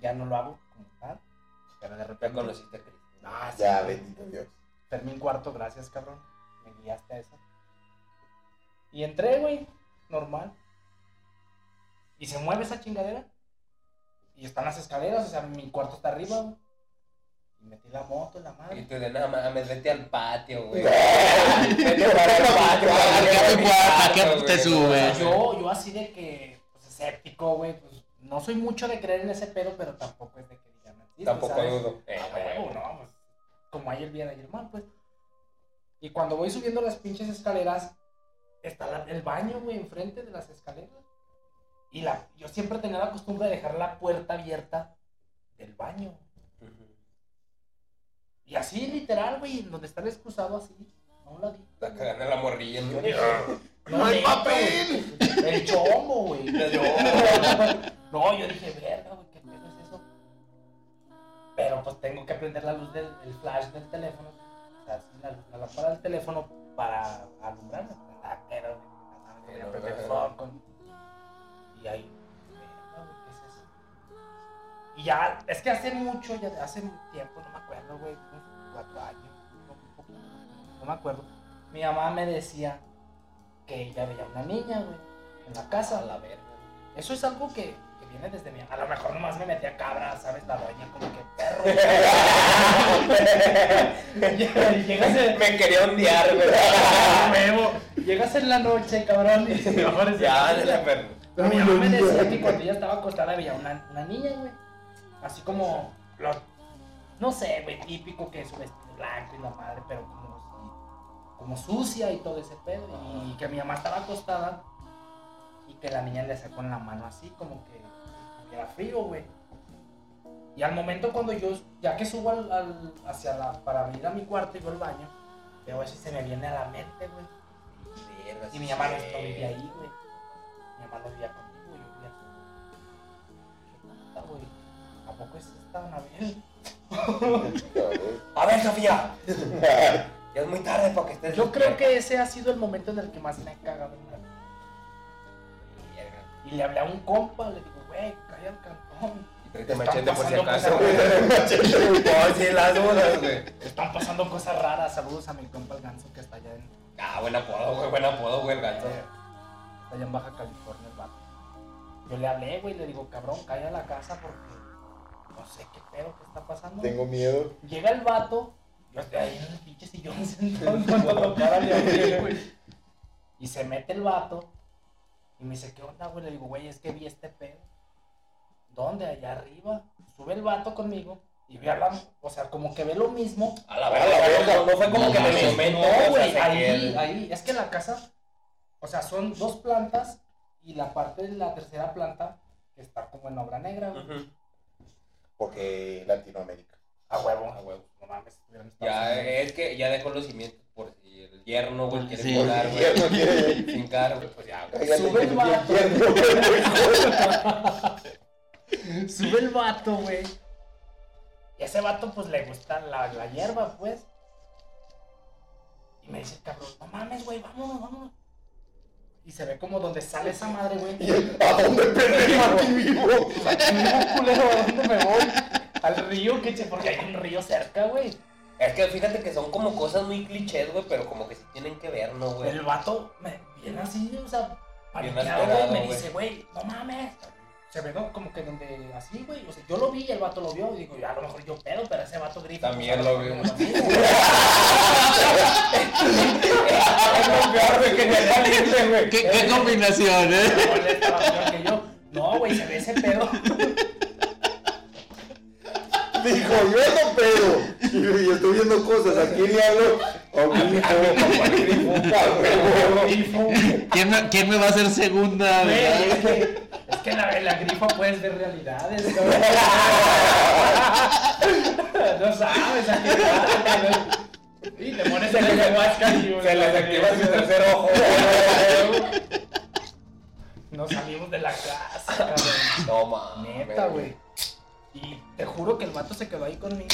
Ya no lo hago como tal. Pero de Ya repente. conociste a Cristo. Ah, sí, Ya, güey. bendito Dios. Fermín Cuarto, gracias, cabrón. Me guiaste a eso. Y entré, güey. Normal. Y se mueve esa chingadera. Y están las escaleras, o sea, mi cuarto está arriba, güey. Y metí la moto, la Y madre. tú de nada mames, vete al patio, güey. Vete para el patio, ¿Para qué te guarda? ¿Para qué te O sea, subes? yo, yo así de que, pues, escéptico, güey. Pues, no soy mucho de creer en ese pedo, pero tampoco es de que digan así. Tampoco ¿sabes? dudo. Eh, Ah, güey. huevo, no, pues, como ayer bien, ayer mal, pues. Y cuando voy subiendo las pinches escaleras, está la- el baño, güey, enfrente de las escaleras. Y la, yo siempre tenía la costumbre de dejar la puerta abierta del baño. Y así, literal, güey, en donde está el excusado, así, a un ladito. Está cagando la morrilla. ¿no? No, hay papel! El chomo, güey. El chomo. No, yo dije, verga, güey, ¿qué pedo es eso? Pero pues tengo que prender la luz del el flash del teléfono. O sea, sí, la, la lámpara del teléfono para alumbrarme. Ah, pero, güey, no mames, voy a prender el sol con- Y ahí, verga, güey, ¿qué es eso? Y ya, es que hace mucho, ya hace tiempo, no me acuerdo, güey, unos cuatro años, no, un poco, no me acuerdo. Mi mamá me decía que ella veía una niña, güey, en la casa. A la verga. Eso es algo que, que viene desde mi... A lo mejor nomás me metía cabra, ¿sabes? La doña como que perro. Y llegas en... Me quería ondear, güey. Ah, huevo. Llegas en la noche, cabrón, y te aparece- Ya, de la perra. Pero mi mamá me decía que cuando ella estaba acostada veía una, una niña, güey. Así como... lo- no sé, güey, típico que es un vestido blanco y la madre, pero como, como sucia y todo ese pedo. Y que mi mamá estaba acostada y que la niña le sacó en la mano así, como que que era frío, güey. Y al momento cuando yo, ya que subo al, al- hacia la, para venir a mi cuarto y voy al baño, veo eso y se me viene a la mente, güey. Verga, Y mi mamá no sí. no vivía ahí, güey. Mi mamá no vivía conmigo, yo vivía con güey. ¿A poco es esta Anabel? A ver, Sofía. Ya es muy tarde para que estés. Yo creo que ese ha sido el momento en el que más me he cagado en la vida. Verga. Y le hablé a un compa, le digo, güey, cállate al cantón. Y tráete Están machete por si pasando acaso, güey. cosas. Por si las dudas, güey. Están pasando cosas raras. Saludos a mi compa el ganso que está allá en, eh, Ah, buen apodo, güey. Buen apodo, güey, el ganso. Está allá en Baja California el vato. Yo le hablé, güey, le digo, cabrón, calla a la casa porque no sé qué pedo que está pasando. Tengo miedo. Llega el vato, yo estoy ahí en el pinche sillón sentado cuando lo cara le abrí, güey. Y se mete el vato y me dice, ¿qué onda, güey? Le digo, güey, es que vi este pedo. ¿Dónde? Allá arriba. Sube el vato conmigo y ve hablando, o sea, como que ve lo mismo, A la A la verga, verga. no, no fue como que me lo invento. No, o sea, güey, se ahí, quiere. ahí, es que la casa, o sea, son dos plantas y la parte de la tercera planta que está como en obra negra, güey. Ujú. Porque Latinoamérica. A huevo, a huevo, no mames. hubieran estado Ya, haciendo- es que ya dejó los cimientos por si el yerno, güey, Porque quiere sí. volar, Porque el yerno güey. quiere- Fincar, güey, pues ya, güey. Cállate, Sube el que vato. quiero, güey. Sube el vato, güey. Y a ese vato, pues, le gusta la, la hierba, pues. Y me dice, el cabrón, no mames, güey, vámonos, vámonos. Y se ve como donde sale esa madre, güey. Y él, ¿A dónde perder aquí vivo? No, culero, ¿a dónde me voy? Al río, que che, porque hay un río cerca, güey. Es que fíjate que son como cosas muy clichés, güey, pero como que sí tienen que ver, ¿no, güey? El vato me viene así, o sea, Bien paniqueado, güey, alterado, me güey. dice, güey, no mames. Se ve ¿no? como que donde así, güey. O sea, yo lo vi y el vato lo vio. Y digo, ya, a lo mejor yo pedo, pero ese vato grita. También pues, a lo mejor vi, me mismo. Es lo peor, güey, que no caliente, güey. ¿Qué, qué combinación, eh? Pero él estaba peor que yo. No, güey, se ve ese pedo. Dijo, yo no pedo. Y yo estoy viendo cosas. ¿A quién le hablo? A mi hijo. A mi hijo, a huevo. ¿Quién me, quién me va a hacer segunda? Güey, verdad? es que, es que en la, en la grifa puedes ver realidades, cabrón. No sabes a qué pasa, güey. Y te pones en el ayahuasca y Se les activa su tercer ojo, güey. Nos salimos de la casa, cabrón. No mames. Neta, güey. Y te juro que el vato se quedó ahí conmigo.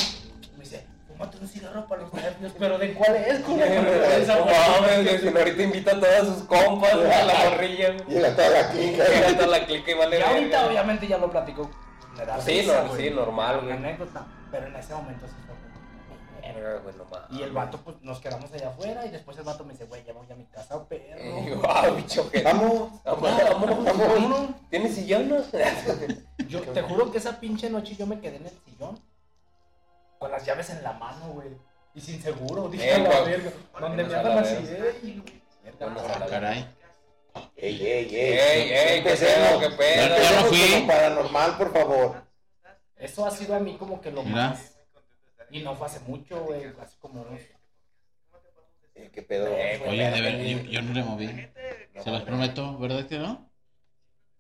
Me dice, fúmate un cigarro para los nervios. ¿Pero de cuál es, culero? Esa No mames, güey, madre. si no, ahorita invita a todas sus compas güey, a la morrilla, Y güey. él estaba la clínica. Llega hasta la clica y vale Y ahorita, verga. obviamente, ya lo platico. Me da Sí, risa, no, güey. sí, normal, Una güey. anécdota. Pero en ese momento sí fue. Verga, Ah, güey, no mames. Y el vato, pues nos quedamos allá afuera y después el vato me dice, güey, ya voy a mi casa, oh, Eh, perro. guau, bicho, que- Vamos. Vamos, vamos, vamos. ¿Tienes sillón? no? Yo te juro que esa pinche noche yo me quedé en el sillón. Con las llaves en la mano, güey. Y sin seguro, dije Eh, a la güey. verga. Donde Vámonos me a la andan así, verga. eh. Vámonos a Ah, caray. Ey, ey, ey. Ey, ey, qué pedo, qué Ya, ya pedo. lo- fui. Como paranormal, por favor. Eso ha sido a mí como que lo Mira. más. Y no fue hace mucho, güey. Hace como unos. Eh, qué pedo. Eh, güey. Oye, de ver- yo, yo no le moví. No, Se los prometo, ¿verdad que no?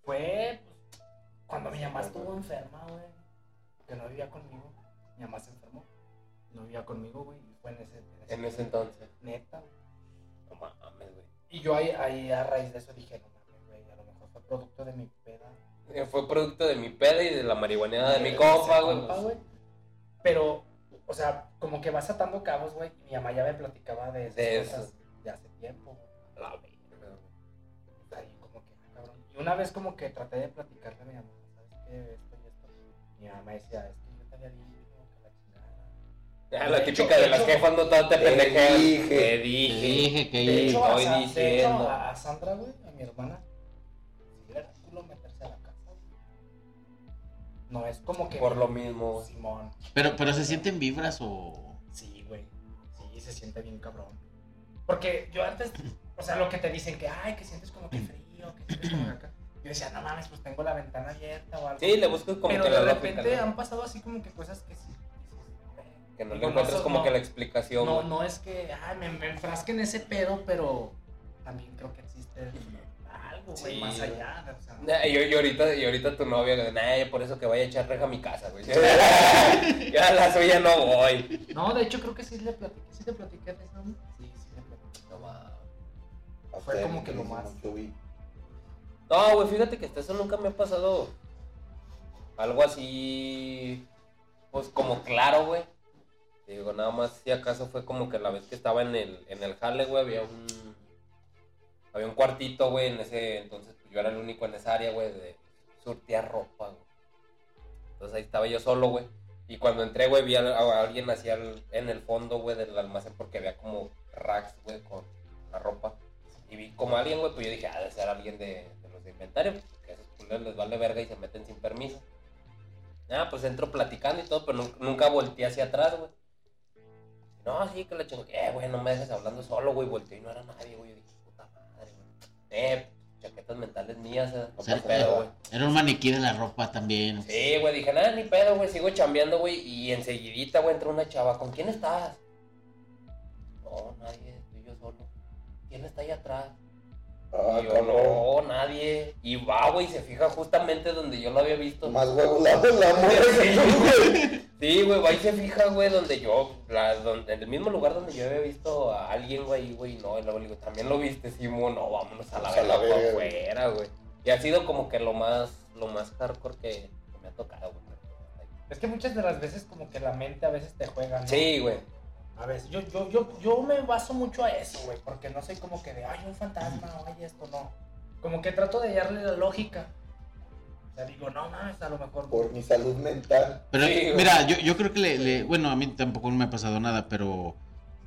Fue pues, cuando mi mamá estuvo enferma, güey. Que no vivía conmigo. Mi mamá se enfermó. No vivía conmigo, güey. Y fue en ese. En ese entonces. Neta, güey. No mames, güey. Y yo ahí, ahí a raíz de eso dije, no mames, güey. A lo mejor fue producto de mi peda. Eh, Fue producto de mi peda y de la marihuaneada Ah, de mi Ese compa, güey. pues. compa, güey. Pero, o sea, como que vas atando cabos, güey. Y mi mamá ya me platicaba de esas De cosas eso. de hace tiempo, güey. La verga, güey. Ahí como que, ah, cabrón. Y una vez como que traté de platicarle a mi mamá, ¿sabes qué? Esto y esto. Mi mamá decía, es que yo te había dicho que la chingada. Ah, De la hecho, típica de de las hecho, jefas no tanto te te pendejean. dije. Te Te dije. dije que De Sí, hecho, a, voy Sa- de diciendo. hecho, a- a Sandra, güey, a mi hermana, si le da culo meterse a la casa. güey. No es como que... Por lo mismo, güey. Simón. Pero, pero se sienten vibras o. Sí, güey. Sí, se siente bien cabrón. Porque yo antes, o sea, lo que te dicen que, ay, que sientes como que frío, que sientes como que acá. Yo decía, no mames, pues tengo la ventana abierta o algo. Sí, le buscas como Pero que la de lógica, repente ¿no? han pasado así como que cosas que sí. Que no le Digo, no, encuentras eso como no. que la explicación. No, güey. no es que, ay, me, me enfrasque en ese pedo, pero también creo que existe algo, güey, Sí. más allá. O sea, Nah, Eh, y, y ahorita, y ahorita tu novia, güey, nah, por eso que vaya a echar reja a mi casa, güey. ya a la suya no voy. no, de hecho creo que sí le platiqué, sí le platiqué de eso, ¿no? Sí, sí le platiqué. No, mames. Ah, Fue como que lo más. No, güey, fíjate que hasta eso nunca me ha pasado algo así, pues como claro, güey. Digo, nada más si acaso fue como que la vez que estaba en el, en el jale, güey, había un, había un cuartito, güey, en ese, entonces pues, yo era el único en esa área, güey, de surtear ropa, güey. Entonces ahí estaba yo solo, güey. Y cuando entré, güey, vi a, a alguien así al- en el fondo, güey, del almacén porque había como racks, güey, con la ropa. Y vi como alguien, güey, pues yo dije, ah, debe ser alguien de, de los de inventario, que a esos culeros les vale verga y se meten sin permiso. Ah, pues entro platicando y todo, pero nun- nunca volteé hacia atrás, güey. No, sí, que la chingo, eh, güey, no me dejes hablando solo, güey, volteé y no era nadie, güey. Yo dije, puta madre, güey. Eh, chaquetas mentales mías, eh, no Sí, por pedo, güey. Era un maniquí de la ropa también. Sí, güey, dije, nada, ni pedo, güey, sigo chambeando, güey, y enseguidita, güey, entró una chava, ¿con quién estás? No, nadie, estoy yo solo. ¿Quién está ahí atrás? Ah, Y yo, cabrón. no, nadie. Y va, güey, se fija justamente donde yo lo había visto. Más huevos la la Sí, mujer. güey. Sí, güey, va y se fija, güey, donde yo, la- donde, en el mismo lugar donde yo había visto a alguien, güey, güey, no, y luego le digo, también lo viste, Simón, no, vámonos a la Vamos Pues a la verga pa' verga, güey. afuera, güey. Y ha sido como que lo más, lo más hardcore que, que me ha tocado, güey. Es que muchas de las veces como que la mente a veces te juega, ¿no? Sí, güey. A veces, yo, yo, yo, yo me baso mucho a eso, güey, porque no soy como que de, ay, un fantasma, ay, esto, no. Como que trato de hallarle la lógica. O sea, digo, no, no, a lo mejor. Por mi salud mental. Pero Sí, güey. mira, yo, yo creo que le, le- Bueno, a mí tampoco me ha pasado nada, pero.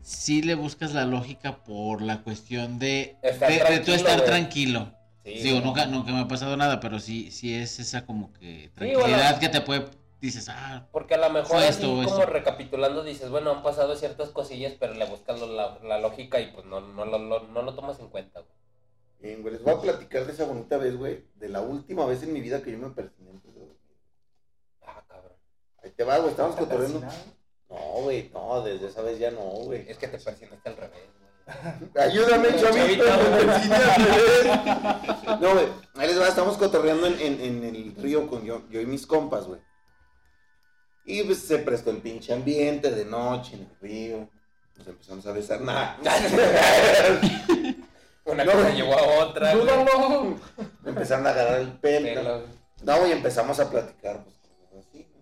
Sí le buscas la lógica por la cuestión de. Estar de, de tú tranquilo, estar güey. tranquilo. Sí, Digo, güey. nunca, nunca me ha pasado nada, pero sí, sí es esa como que bueno. tranquilidad que te puede. Dices, ah, Porque a lo mejor Fue así esto, como esto. recapitulando dices, bueno, han pasado ciertas cosillas, pero le buscas lo- la, la lógica y pues no, no, lo- lo- no lo tomas en cuenta, güey. Bien, güey, les voy a platicar de esa bonita vez, güey. De la última vez en mi vida que yo me persiné. antes de dormir. Ah, cabrón. Ahí te va, güey. Estábamos Está cotorreando. fascinado. No, güey. No, desde esa vez ya no, güey. Es que te persinaste al revés, güey. Ayúdame, Pero chavito. chavito. me persiné al revés. No, güey. Ahí les va, estamos cotorreando en, en- en el río con yo, yo y mis compas, güey. Y pues se prestó el pinche ambiente de noche en el río. Nos empezamos a besar. Nada. Una No. cosa llevó a otra. güey. Dúdalo. Me empezaron a agarrar el pelo. Pero- No, y empezamos a platicar, pues, cosas así, ¿no?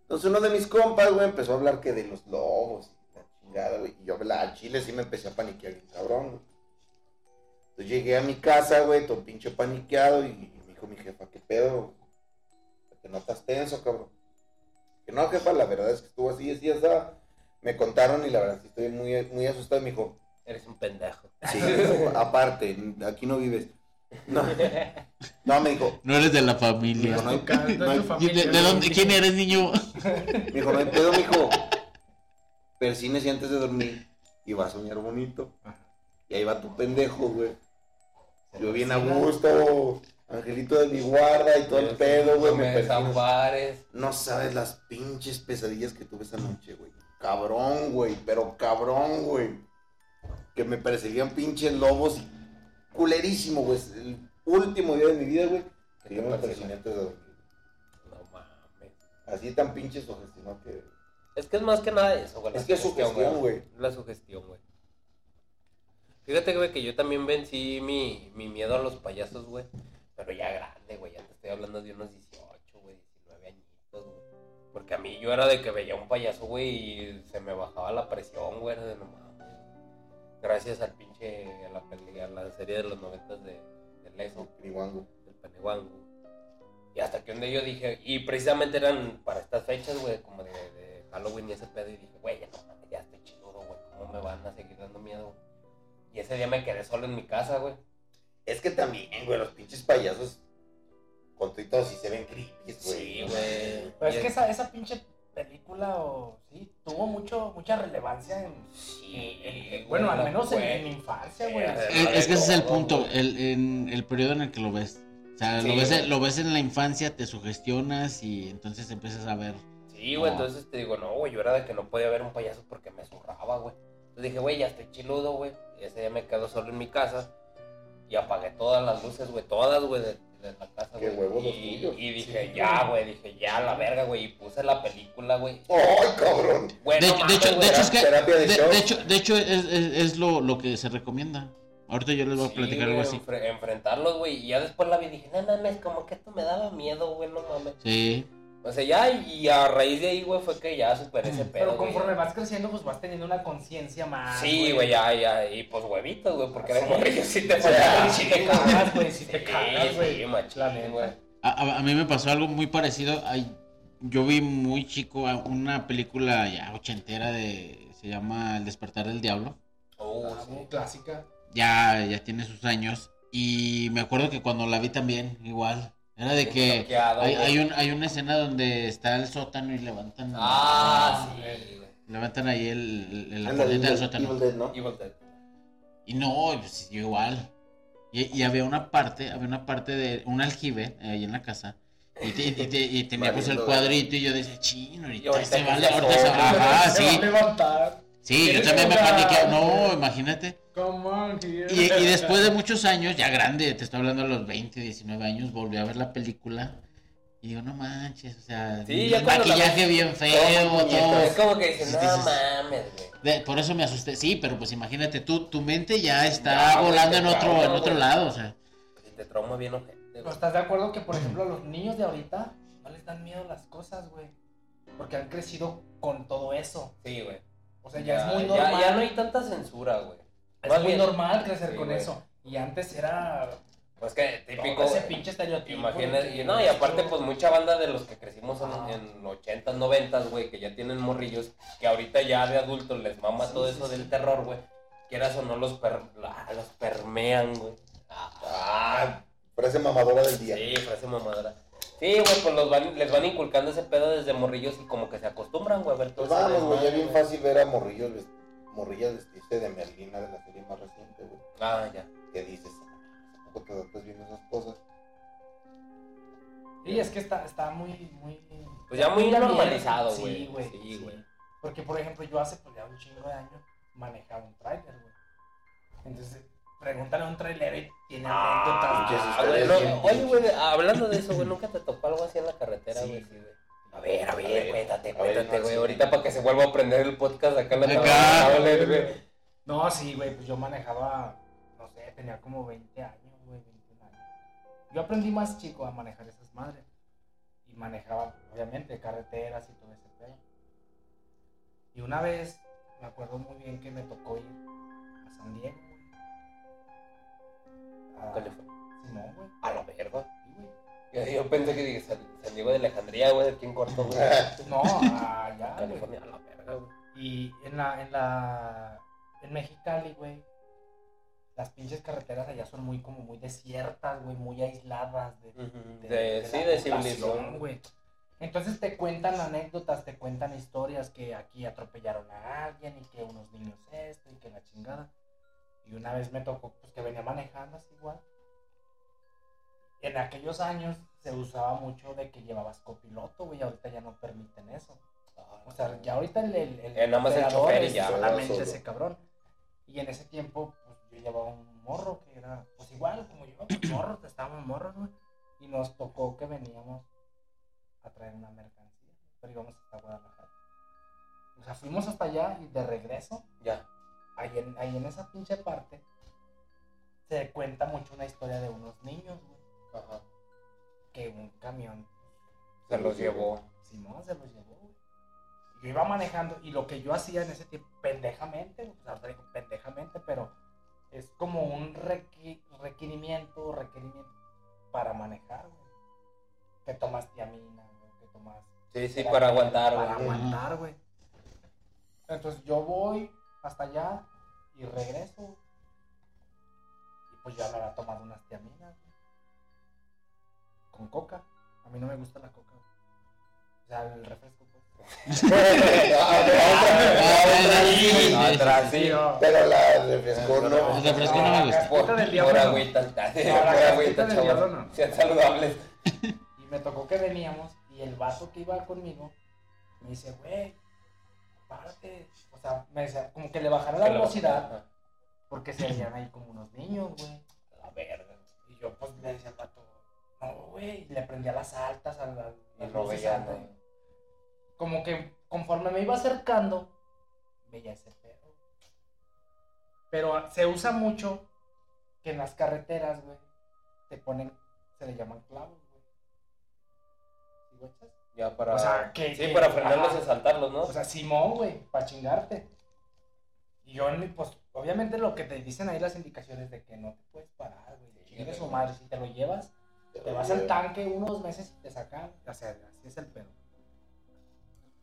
Entonces uno de mis compas, güey, empezó a hablar que de los lobos y la chingada, güey. Y yo, la al chile sí me empecé a paniquear bien cabrón, güey. Entonces llegué a mi casa, güey, todo pinche paniqueado y me dijo mi jefa, ¿qué pedo? Te notas tenso, cabrón. Que no, jefa, la verdad es que estuvo así, así, así. Me contaron y la verdad sí estoy muy, muy asustado. Y me dijo, Eres un pendejo. sí, aparte, aquí no vives. No, no me dijo, No eres de la me familia. dijo, no hay, Tocando no en hay- tu ¿Y familia. ¿De, de dónde? ¿Quién eres, niño? me dijo, no hay pedo, mijo. Persínese antes de dormir y va a soñar bonito. Y ahí va tu pendejo, güey. Yo bien a gusto, angelito de mi guarda y todo el pedo, güey. No Me me persino. desampares. No sabes las pinches pesadillas que tuve esa noche, güey. Cabrón, güey, pero cabrón, güey. Que me perseguían pinches lobos y culerísimo, güey. Es El último día de mi vida, güey. Que yo me persigné antes de dormir. No mames. Así tan pinche sugestionado que. Es que es más que nada eso, güey. la Es que es sugestión, güey. La sugestión, güey. Fíjate, güey, que yo también vencí mi, mi miedo a los payasos, güey. Pero ya grande, güey. Ya te estoy hablando de unos 18, güey, 19 añitos, güey. Porque a mí yo era de que veía un payaso, güey, y se me bajaba la presión, güey. Era de no mames. Gracias al pinche, a la, peli- a la serie de los noventas de, de Leso Ni guango. del Paneguango. Y hasta que un día yo dije, y precisamente eran para estas fechas, güey, como de, de Halloween y ese pedo, y dije, güey, ya no mames, ya estoy chido, güey, ¿cómo me van a seguir dando miedo? Y ese día me quedé solo en mi casa, güey. Es que también, güey, los pinches payasos. Con todo y todo, sí se ven creepy, güey. Sí, güey. Pero es Y- que esa, esa pinche película, o sí, tuvo mucho, mucha relevancia en. Sí, en- en- güey, bueno, al la- menos en, güey. en mi infancia, Sí, güey. a ver. Es, es que ese es el punto, güey. el, en el periodo en el que lo ves. O sea, lo, Sí, ves, güey. lo ves en la infancia, te sugestionas y entonces empiezas a ver. Sí, güey, No. entonces te digo, no, güey, yo era de que no podía ver un payaso porque me zurraba, güey. Entonces dije, güey, ya estoy chiludo, güey. Y ese día me quedo solo en mi casa y apagué todas las luces, güey, todas, güey, de, de la casa, Qué güey. huevos los y, tuyos. y dije, ya, güey, dije, ya, la verga, güey. Y puse la película, güey. ¡Ay, cabrón! Güey, De, no hecho- de mames, hecho, de güey, hecho era- es que. terapia de de- shock. de hecho, de hecho es, es- es lo, lo que se recomienda. Ahorita yo les voy a Sí, platicar güey, algo así. enfre- enfrentarlos, güey. Y ya después la vi y dije, no mames, como que esto me daba miedo, güey, no mames. Sí. O sea, ya, y a raíz de ahí, güey, fue que ya superé ese pedo. Pero güey. conforme vas creciendo, pues vas teniendo una conciencia más. Sí, güey, ya, ya. Y pues huevitos, güey, porque Ah, Sí. eran morrillos sí te O sea, faltaban. si te cagas, güey, si te cagas, güey. Sí, machín, La neta. Ah, güey. A, a- a mí me pasó algo muy parecido. Ay, yo vi muy chico a una película ya ochentera de. Se llama El despertar del diablo. Oh, Ah, muy sí. clásica. Ya, ya tiene sus años. Y me acuerdo que cuando la vi también, igual. Era de que. Choqueado, Hay, güey. hay un- hay una escena donde está el sótano y levantan. Ah, Ah, sí, güey. Levantan ahí el, el- el- la Ándale, corneta del Evil sótano. Dead, ¿no? Evil Dead. Y no, pues, yo igual. Y, y había una parte, había una parte de un aljibe eh, ahí en la casa. Y, te- y te- y tenía pues el Valiendo, cuadrito y yo decía, chino, Y ahorita ahorita se que vale, sea ahorita se joven, Ajá, Se va a sí. levantar. Sí, yo Eres también me una- paniqueaba. No, imagínate. Come on, here. Y, y después de muchos años, ya grande, te estoy hablando a los 20, 19 años, volví a ver la película. Y digo, no manches, o sea, Sí, ya el cuando la maquillaje ves- bien feo, todo. Es como que dicen, Sí, no dices- mames, güey. De- por eso me asusté, sí, pero pues imagínate tú, tu mente ya está Ya, güey, volando te en otro, trauma, en otro güey. lado, o sea. Si te trauma bien, ojete, ¿No güey. estás de acuerdo que, por ejemplo, a los niños de ahorita no les dan miedo las cosas, güey? Porque han crecido con todo eso. Sí, güey. O sea, ya, es muy ya- normal. Ya no hay tanta censura, güey. Es Más muy bien, normal crecer Sí, con güey. eso. Y antes era Pues que típico típico. ese güey. pinche estereotipo. Imagínate, de y no, y que- aparte, pues mucha banda de los que crecimos en, Ah. en 80s, 90s, güey, que ya tienen morrillos, que ahorita ya de adultos les mama Sí, todo sí, eso sí. del terror, güey. Quieras o no, los, per- la- los permean, güey. Ah, frase mamadora del día. Sí, frase mamadora. Sí, güey, pues los van, les van inculcando ese pedo desde morrillos y como que se acostumbran, güey, a ver todo Pues ese vamos, güey, ya desmadre, bien güey. fácil ver a Morrillos vest- Morrillas vestirse de Merlina de la serie más reciente, güey. Ah, ya. ¿Qué dices? ¿A poco te estás viendo esas cosas? Sí, es que está, está muy, muy... Pues ya muy abierto. normalizado, güey. Sí, güey. Sí, güey. Porque, por ejemplo, yo hace pues, ya un chingo de años manejaba un trailer, güey. Entonces, pregúntale a un trailer y tiene anécdotas. Ah, Ah, ustedes güey, no, bien oye, güey, hablando de eso, güey, nunca te tocó algo así en la carretera, Sí, güey. sí, güey. A ver, a A ver, ver, cuéntate, a ver, cuéntate, no, güey. sí. Ahorita para que se vuelva a aprender el podcast acá en la Acá. tabla, güey. No, sí, güey, pues yo manejaba, no sé, tenía como 20 años, güey, 21 años. Yo aprendí más chico a manejar esas madres. Y manejaba, obviamente, carreteras y todo ese pedo. Y una vez, me acuerdo muy bien que me tocó ir a San Diego, güey. A ¿Cuál le fue? Simón, güey. A la verga. Sí, güey. Yo, yo pensé que dije, San, San llegó de Alejandría, güey, de aquí en corto, güey. No, allá, güey. California, a la verga, güey. Y en la, en la, en Mexicali, güey, las pinches carreteras allá son muy, como muy desiertas, güey, muy aisladas de, Ujú, de- de- de la sí, de población, civilización. güey. Entonces te cuentan anécdotas, te cuentan historias que aquí atropellaron a alguien y que unos niños esto y que la chingada. Y una vez me tocó, pues que venía manejando así igual. En aquellos años se usaba mucho de que llevabas copiloto, güey, ahorita ya no permiten eso. O sea, ya ahorita el... el, el Eh, nada más el operador chofer y es ya. Solamente Solo. ese cabrón. Y en ese tiempo, pues yo llevaba un morro que era, pues igual como yo, pues, morro, que estábamos morros, güey. Y nos tocó que veníamos a traer una mercancía, pero íbamos hasta Guadalajara. O sea, fuimos hasta allá y de regreso, Ya. ahí en, ahí en esa pinche parte, se cuenta mucho una historia de unos niños, güey, Ajá. que un camión Se los llevó. Simón se los llevó, güey. Yo iba manejando y lo que yo hacía en ese tiempo, pendejamente, güey, o sea, re- pendejamente, pero es como un requi- requerimiento, requerimiento para manejar, güey. Que tomas tiamina, güey, que tomas... Sí, sí, para aguantar, Para güey. aguantar, güey. Entonces yo voy hasta allá y regreso. güey. Y pues ya me había tomado unas tiaminas, güey. Con coca. A mí no me gusta la coca, güey. O sea, el refresco, pues. Atrás, sí. Pero la refrescó, El no. refresco no me gusta. Por, Casquita del por diablo. no. agüita. No, la por casquita agüita, del diablo chaval. no. Sean saludables. Y me tocó que veníamos y el vato que iba conmigo me dice, güey, párate. O sea, me decía, como que le bajara la velocidad Ajá. porque se veían ahí como unos niños, güey. Ah, La verga. Y yo pues le decía al vato, no, güey, y le prendía las altas a la... Y lo veía, ¿no? Como que conforme me iba acercando, veía ese pedo. Pero ah, se usa mucho que en las carreteras, güey, te ponen, se le llaman clavos, güey. ¿Sí, guachas? Ya para. O sea, que- Ah, sí, que- para frenarlos ajá. y saltarlos, ¿no? O sea, Simón, güey, para chingarte. Y yo, en mi- pues, obviamente lo que te dicen ahí las indicaciones de que no te puedes parar, güey. Chingue su madre, si te lo llevas, te vas al tanque unos meses y te sacan. O sea, así es el pedo.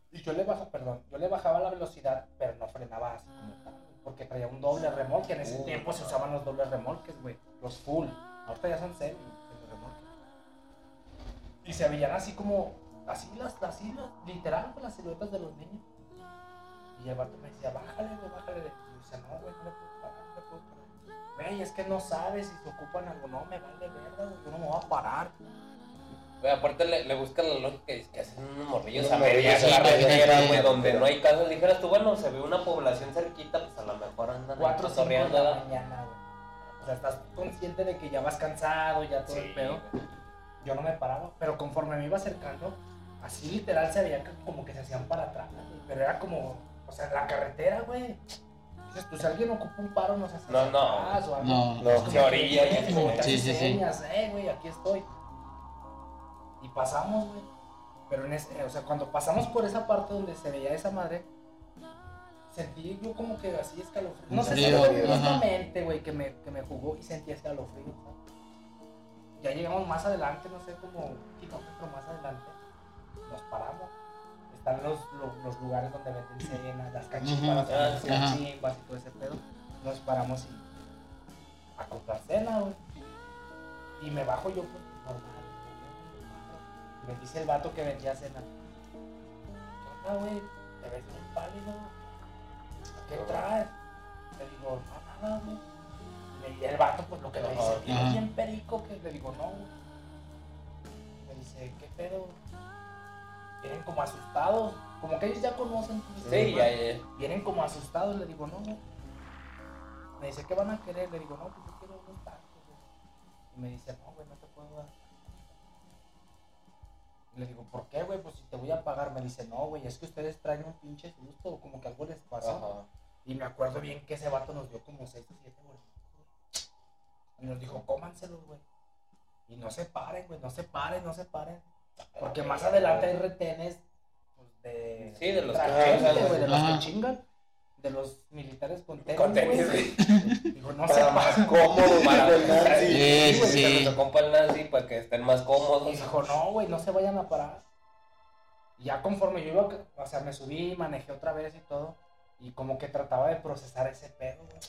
Y yo le bajaba, perdón, yo le bajaba la velocidad, pero no frenaba así como tal. Porque traía un doble remolque. En ese Uh. tiempo se usaban los dobles remolques, güey. Los full. Ahorita ya son semi, semi remolque. Y se veían así como, así las, así las, literal, con las siluetas de los niños. Y el vato me decía, bájale, güey, bájale. Y yo decía, no, güey, no le puedo parar, no le puedo parar. Güey, es que no sabes si se ocupan algo. No, me vale verga, güey, yo no me voy a parar. Güey, aparte le, le buscan la lógica y es que hacen unos morrillos Unos a medias morrillos en la a medias, carretera, sí, güey, donde pero- no hay casas. Dijeras tú, bueno, se ve una población cerquita, pues a lo mejor andan ahí 4 o 5 de cotorreando, la ¿verdad? mañana, güey. O sea, estás consciente de que ya vas cansado, ya todo el pedo. Yo no me paraba, pero conforme me iba acercando, así literal se veía que como que se hacían para atrás, güey. Pero era como, o sea, en la carretera, güey. Dices, pues alguien ocupa un paro, no se hace No, hacia no. atrás o algo. No. No, como Se orilla que, y güey, así, como güey. que Sí, sí, sí. señas, eh, güey, aquí estoy. Y pasamos, güey. Pero en ese, o sea, cuando pasamos por esa parte donde se veía esa madre, sentí yo como que así escalofrío. No sé si Frío, fue ajá. justamente, güey, que me, que me jugó y sentí escalofrío. ¿sabes? Ya llegamos más adelante, no sé, como un kilómetro más adelante. Nos paramos. Están los, los, los lugares donde venden cenas, las cachimbas, Ujú, Ah, las ajá. cachimbas y todo ese pedo. Nos paramos y a comprar cena, güey. Y me bajo yo, pues, normal. Y Me dice el vato que vendía cena. ¿Qué onda, güey? Te ves muy pálido. ¿Qué traes? Le digo, no, nada, güey. Y el vato, pues lo que me dice, Ajá. tiene bien perico que le digo, no, güey. Me dice, ¿qué pedo? Vienen como asustados. Como que ellos ya conocen. pues, Sí, güey. ya, ya. Vienen como asustados, le digo, no, güey. Me dice, ¿qué van a querer? Le digo, no, pues yo quiero unos tacos, güey. Y me dice, no, güey, no te puedo dar. Le digo, ¿por qué, güey? Pues si te voy a pagar. Me dice, no, güey, es que ustedes traen un pinche susto, como que algo les pasó. Ajá. Y me acuerdo bien que ese vato nos dio como 6 o 7 Y nos dijo, cómanselos, güey. Y no se paren, güey, no se paren, no se paren. Porque más adelante hay retenes pues, de. Sí, de los que traficantes, chingan. güey, de los que Ajá. chingan. de los militares con tenis. Con tenis, güey. güey. Digo, no sé Para más cómodo, Para- para el Nancy. Sí, Sí, güey, sí. se lo compa el Nancy para que estén más Y cómodos. dijo, no, güey, no se vayan a parar. Y ya conforme yo iba, o sea, me subí, manejé otra vez y todo. Y como que trataba de procesar ese pedo, güey.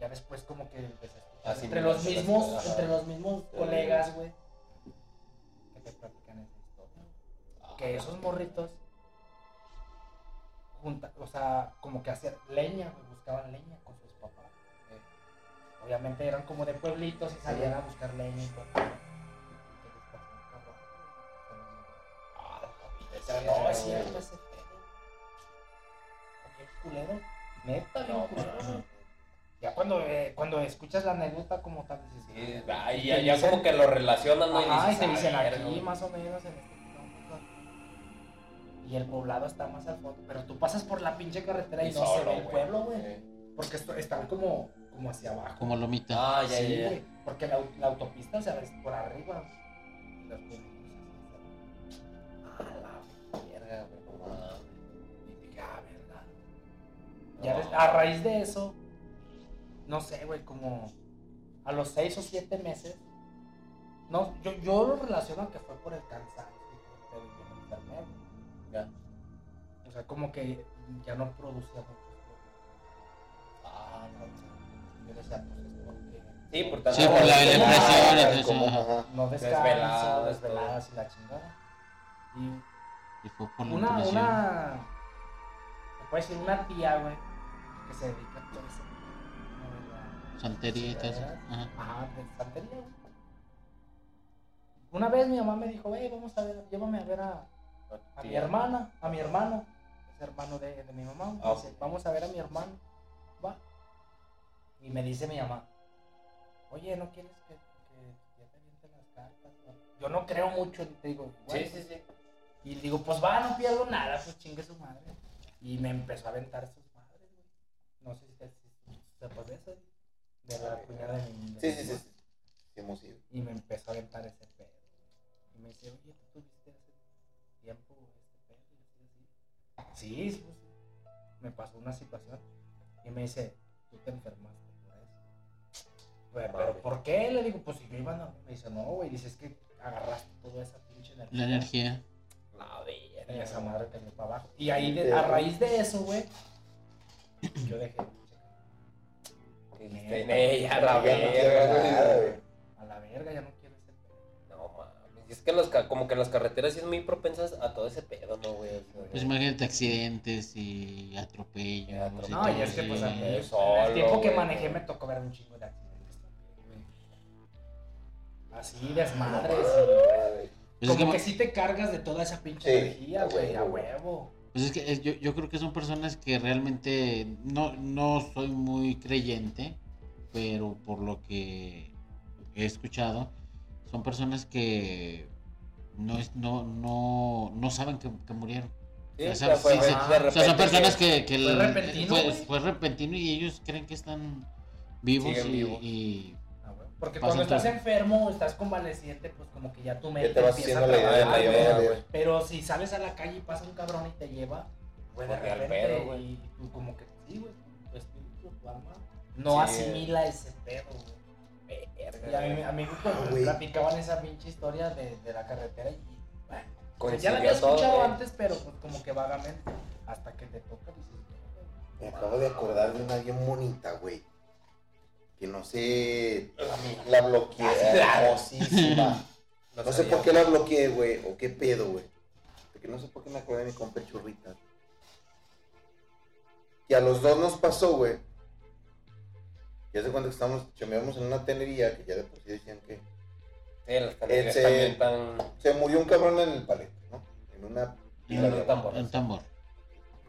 Ya después como que empecé a escuchar Así entre mismo, los sí, mismos, ajá. entre los mismos Sí. colegas, güey. Que te platican esa historia. Que esos morritos junta, o sea, como que hacían leña, güey, buscaban leña con sus papás. Eh, Obviamente eran como de pueblitos y salían a buscar leña y todo. Ah, No, es cierto ese pedo. Bien culero. Neta, bien pues, culero, güey. Ya cuando, eh, cuando escuchas la anécdota como tal, dices, Sí, ah, ahí y te ya, ya dicen- como que lo relacionan, ¿no? Ajá, y te "Ah, dicen verga, aquí güey". más o menos en este punto. Y el poblado está más al fondo. Pero tú pasas por la pinche carretera y, Y no se solo, ve el güey. pueblo, güey. Sí. Porque esto- están como, como hacia abajo. Como lomita. Ah, ya, Sí, ya, ya. güey, Porque la, au- la autopista se abre por arriba. Y los pueblitos así, así. A la verga, güey. no mames. Y dije, ah, verdad. Ya ves, ah, a raíz de eso, no sé, güey, como a los seis o siete meses, no, yo, yo lo relaciono a que fue por el cansancio de vivir en internet. Ya. O sea, como que ya no producía mucho. Ah, no. Yo decía, pues es porque Sí, por tanto. Sí, por la- la Ah, impresión, es como, ajá. ajá. no descanso, Desveladas, desveladas y la chingada. Y Y fue por la Una, impresión. una. Me puede decir una tía, güey. Que se dedica a todo eso. ¿no? Santería y todo eso. Ajá. Ajá, de santería, güey. Una vez mi mamá me dijo, güey, vamos a ver, llévame a ver a, a mi hermana, a mi hermano. Es hermano de, de mi mamá. güey. Ah, Dice, ok. vamos a ver a mi hermano. Va. Y me dice mi mamá, oye, ¿no quieres que, que ya te avienten las cartas? güey?" Yo no creo mucho, en- te digo, Sí, güey. sí, sí. Y digo, pues va, no pierdo nada, pues chingue su madre. Y me empezó a aventar sus madres, güey. No sé si te si sepas de eso, de la cuñada de mi de Sí, mi sí, sí. sí. mamá. Sí, hemos ido. Y me empezó a aventar ese pedo. Y me dice, oye, tú tuviste hace tiempo este pedo. Y yo, Sí, sí. Sí, pues, me pasó una situación. Y me dice, tú te enfermaste por eso. Pero, Madre. pero ¿por qué? Le digo, pues si yo iba no. Me dice, no, güey. Dice, es que agarraste toda esa pinche La energía. No, y verga. esa madre cayó para abajo. Y ahí, de- a raíz de eso, güey, yo dejé Dijiste, "Ney, a este, la Ya no quiero verga, güey". nada, güey. a la verga, ya no quiero ese pedo. No mames. Y es que los, ca- como que las carreteras sí es muy propensas a todo ese pedo, ¿no, güey? O sea, Pues imagínate accidentes y atropellos. Y atropellos. No, y es que, pues, a mí, Eh, en solo, el tiempo que güey. manejé me tocó ver un chingo de accidentes también, güey. Así, desmadres. Pues y- es Como que- que sí te cargas de toda esa pinche Sí, energía, a güey, a huevo. huevo. Pues es que es- yo, yo creo que son personas que realmente no, no soy muy creyente, pero por lo que he escuchado, son personas que no, es, no, no, no saben que, que murieron. Sí, O o sea, sea, fue sí, sí. de O sea, son repente personas que, que fue repentino, fue, güey. fue repentino y ellos creen que están vivos Siguen y, vivos. y- a huevo. Porque Pasan cuando estás todo. enfermo, estás convaleciente, pues como que ya tu mente Ya te vas empieza haciendo a la trabajar, idea de la güey, idea, güey. güey. Pero si sales a la calle y pasa un cabrón y te lleva, güey, de Porque al repente, pedo, güey. y tú como que, sí, güey, tu espíritu, tu alma, no Sí. asimila ese pedo, güey. Verga, Y a mí, a mí cuando Ah, güey. platicaban esa pinche historia de, de la carretera y, bueno, güey. ya la había Coincidió todo, escuchado güey. antes, pero pues, como que vagamente, hasta que te toca, dices, "Verga, güey". Me acabo de acordar de una bien bonita, güey. Que no sé. La bloqueé. Hermosísima. No sé sabía. por qué la bloqueé, güey. O qué pedo, güey. Porque no sé por qué me acordé de mi compa el churrita. Que a los dos nos pasó, güey. Ya se cuenta que estábamos, chameamos en una tenería que ya de por sí decían que Sí, las carreteras Ese- también están... se murió un cabrón en el palet, ¿no? En una y pila En de un tambor. un tambor.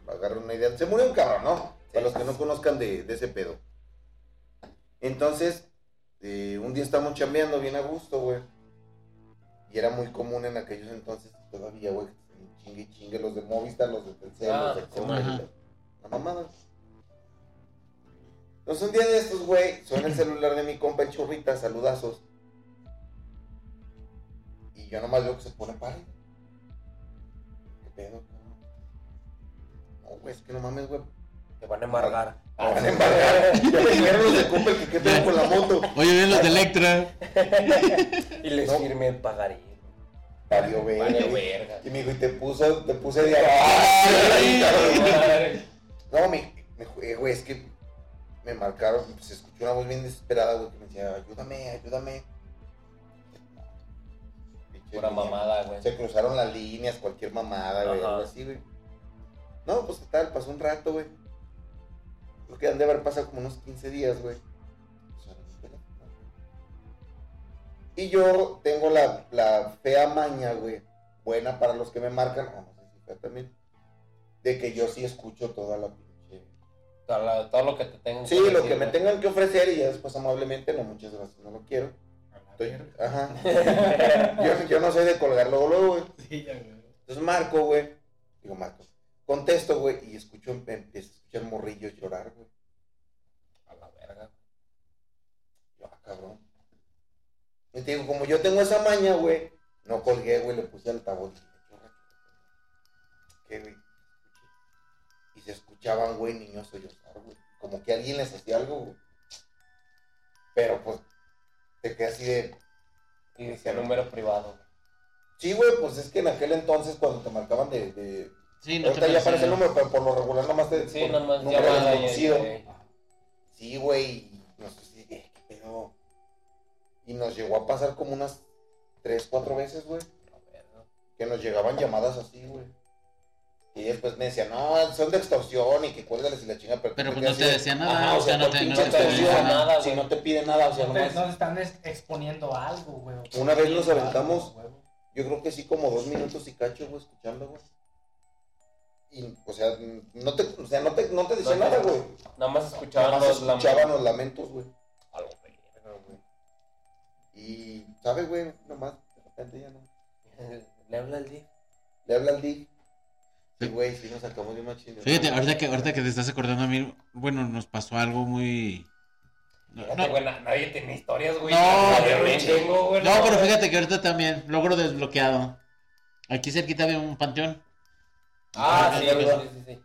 agarrar una idea. Se murió un cabrón, ¿no? Para los que no conozcan de, de ese pedo. Entonces, eh, un día estamos chambeando bien a gusto, güey. Y era muy común en aquellos entonces, todavía, güey, que chingue y chingue los de Movistar, los de Telcel, Ah, los de sí, Comer, ajá. y la- la mamada. Entonces, un día de estos, güey, suena el celular de mi compa, el churrita, saludazos. Y yo nomás veo que se pone pare. ¿Qué pedo, cabrón? No, güey, es que no mames, güey. Te van a embargar. Me van a embargar. Ya me dijeron los de Cooper que qué pedo con la moto. Oye, ven los de Electra. Y les No. firme el pagarín. Valió Vale, verga. verga. Y me dijo, y te puso, te puse de ¡Ay, cabrón! Madre. No, me, me eh, güey, es que me marcaron, se escuchó una voz bien desesperada, güey, que me decía, ayúdame, ayúdame. Pinche Pura niña. mamada, güey. Se cruzaron las líneas, cualquier mamada, güey, Ajá. algo así, güey. No, pues qué tal, pasó un rato, güey. Creo que han de haber pasado como unos 15 días, güey. O sea, no sé, ¿no? Y yo tengo la, la fea maña, güey, buena para los que me marcan, o no sé si fea también, de que yo sí escucho toda la pinche Todo, lo- todo lo que te tengan Sí, lo decir, que me güey. tengan que ofrecer y ya después amablemente, no, muchas gracias, no lo quiero. Estoy- ajá. Yo, yo no soy de colgar luego, luego, güey. Sí, ya, güey. Entonces marco, güey. Digo, Marco. Contesto, güey, y escucho, em- empiezo a escuchar morrillos llorar, güey. A la verga. Yo, ah, cabrón. Y te digo, como yo tengo esa maña, güey, no colgué, güey, le puse altavoz. Dije, "Chorra". ¿Qué, güey? Y se escuchaban, güey, niños llorar, güey. Como que alguien les hacía algo, güey. Pero pues, te quedé así de. Y dice número privado. Sí, güey, pues es que en aquel entonces cuando te marcaban de. de- Sí, no Ahorita te ya aparece el pases. número, pero por lo regular nomás te. Sí, por- nada más nunca llamada. eres y- conocido. este. y- Sí, güey. y Nosotros sí, eh, qué pedo. Y nos llegó a pasar como unas tres, cuatro veces, güey. a la verga. Que nos llegaban llamadas así, güey. Y después me decían, no, son de extorsión y que cuélgales y la chinga. Pero, Pero tú pues te no quedas te así de, decía nada, "Ajá, o sea, no ¿cuál te, no pinche te extorsión? pedía nada. nada, Sí, güey. no te pide nada, o sea, Pero nomás. no se están es- exponiendo algo, güey. o Una vez nos exponiendo aventamos- algo, güey. Yo creo que sí, como dos minutos y cacho, güey, escuchando, güey. Y, o sea, no te, o sea, no te, no te decía No, nada, no. güey. Nada más Nada escuchaban más los escuchaban lamentos. los lamentos, güey. A la verga, güey. Y, ¿sabes, güey? Nomás, de repente ya no. Le habla el día. Le habla al Dick. Y, Sí. güey, sí nos sacamos de una chingada. Fíjate, ahorita que, ahorita que te estás acordando a mí, bueno, nos pasó algo muy... No, no, Fíjate, güey, na- nadie tiene historias, güey. No, Nadie güey. me chingo, Ah, güey. no, pero fíjate que ahorita también, logro desbloqueado. Aquí cerquita había un panteón. Ah, Ah, sí, no, güey, no. sí, sí, sí.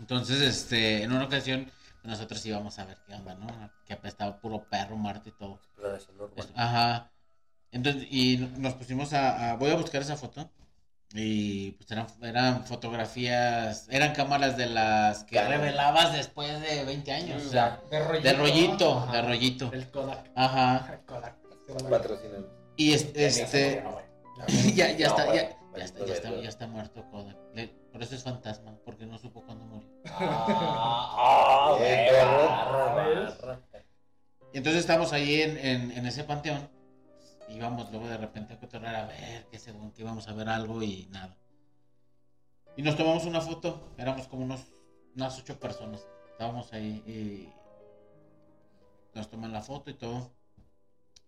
Entonces, este, en una ocasión, nosotros íbamos a ver qué onda, ¿no? Que apestaba puro perro muerto y todo. Exploración urbana. Ajá. Entonces, y nos pusimos a, a- voy a buscar esa foto. Y pues eran, eran fotografías, eran cámaras de las que Claro. revelabas después de 20 años. O sea, De rollito. de rollito, Ajá. de rollito. Del Kodak. Ajá. Kodak. Patrocinan. Y es- este, ya, ya No, está, güey, ya, ya está, maldito ya está, verga. ya está muerto Kodak. Le- por eso es fantasma, porque no supo cuándo murió. Ah, ah, güey, Eh, perro. barra, ¿Ves? barra. Y entonces estamos ahí en, en, en ese panteón. Íbamos luego de repente a cotorrear a ver que según que íbamos a ver algo y nada. Y nos tomamos una foto. Éramos como unos, unas ocho personas. Estábamos ahí y nos toman la foto y todo.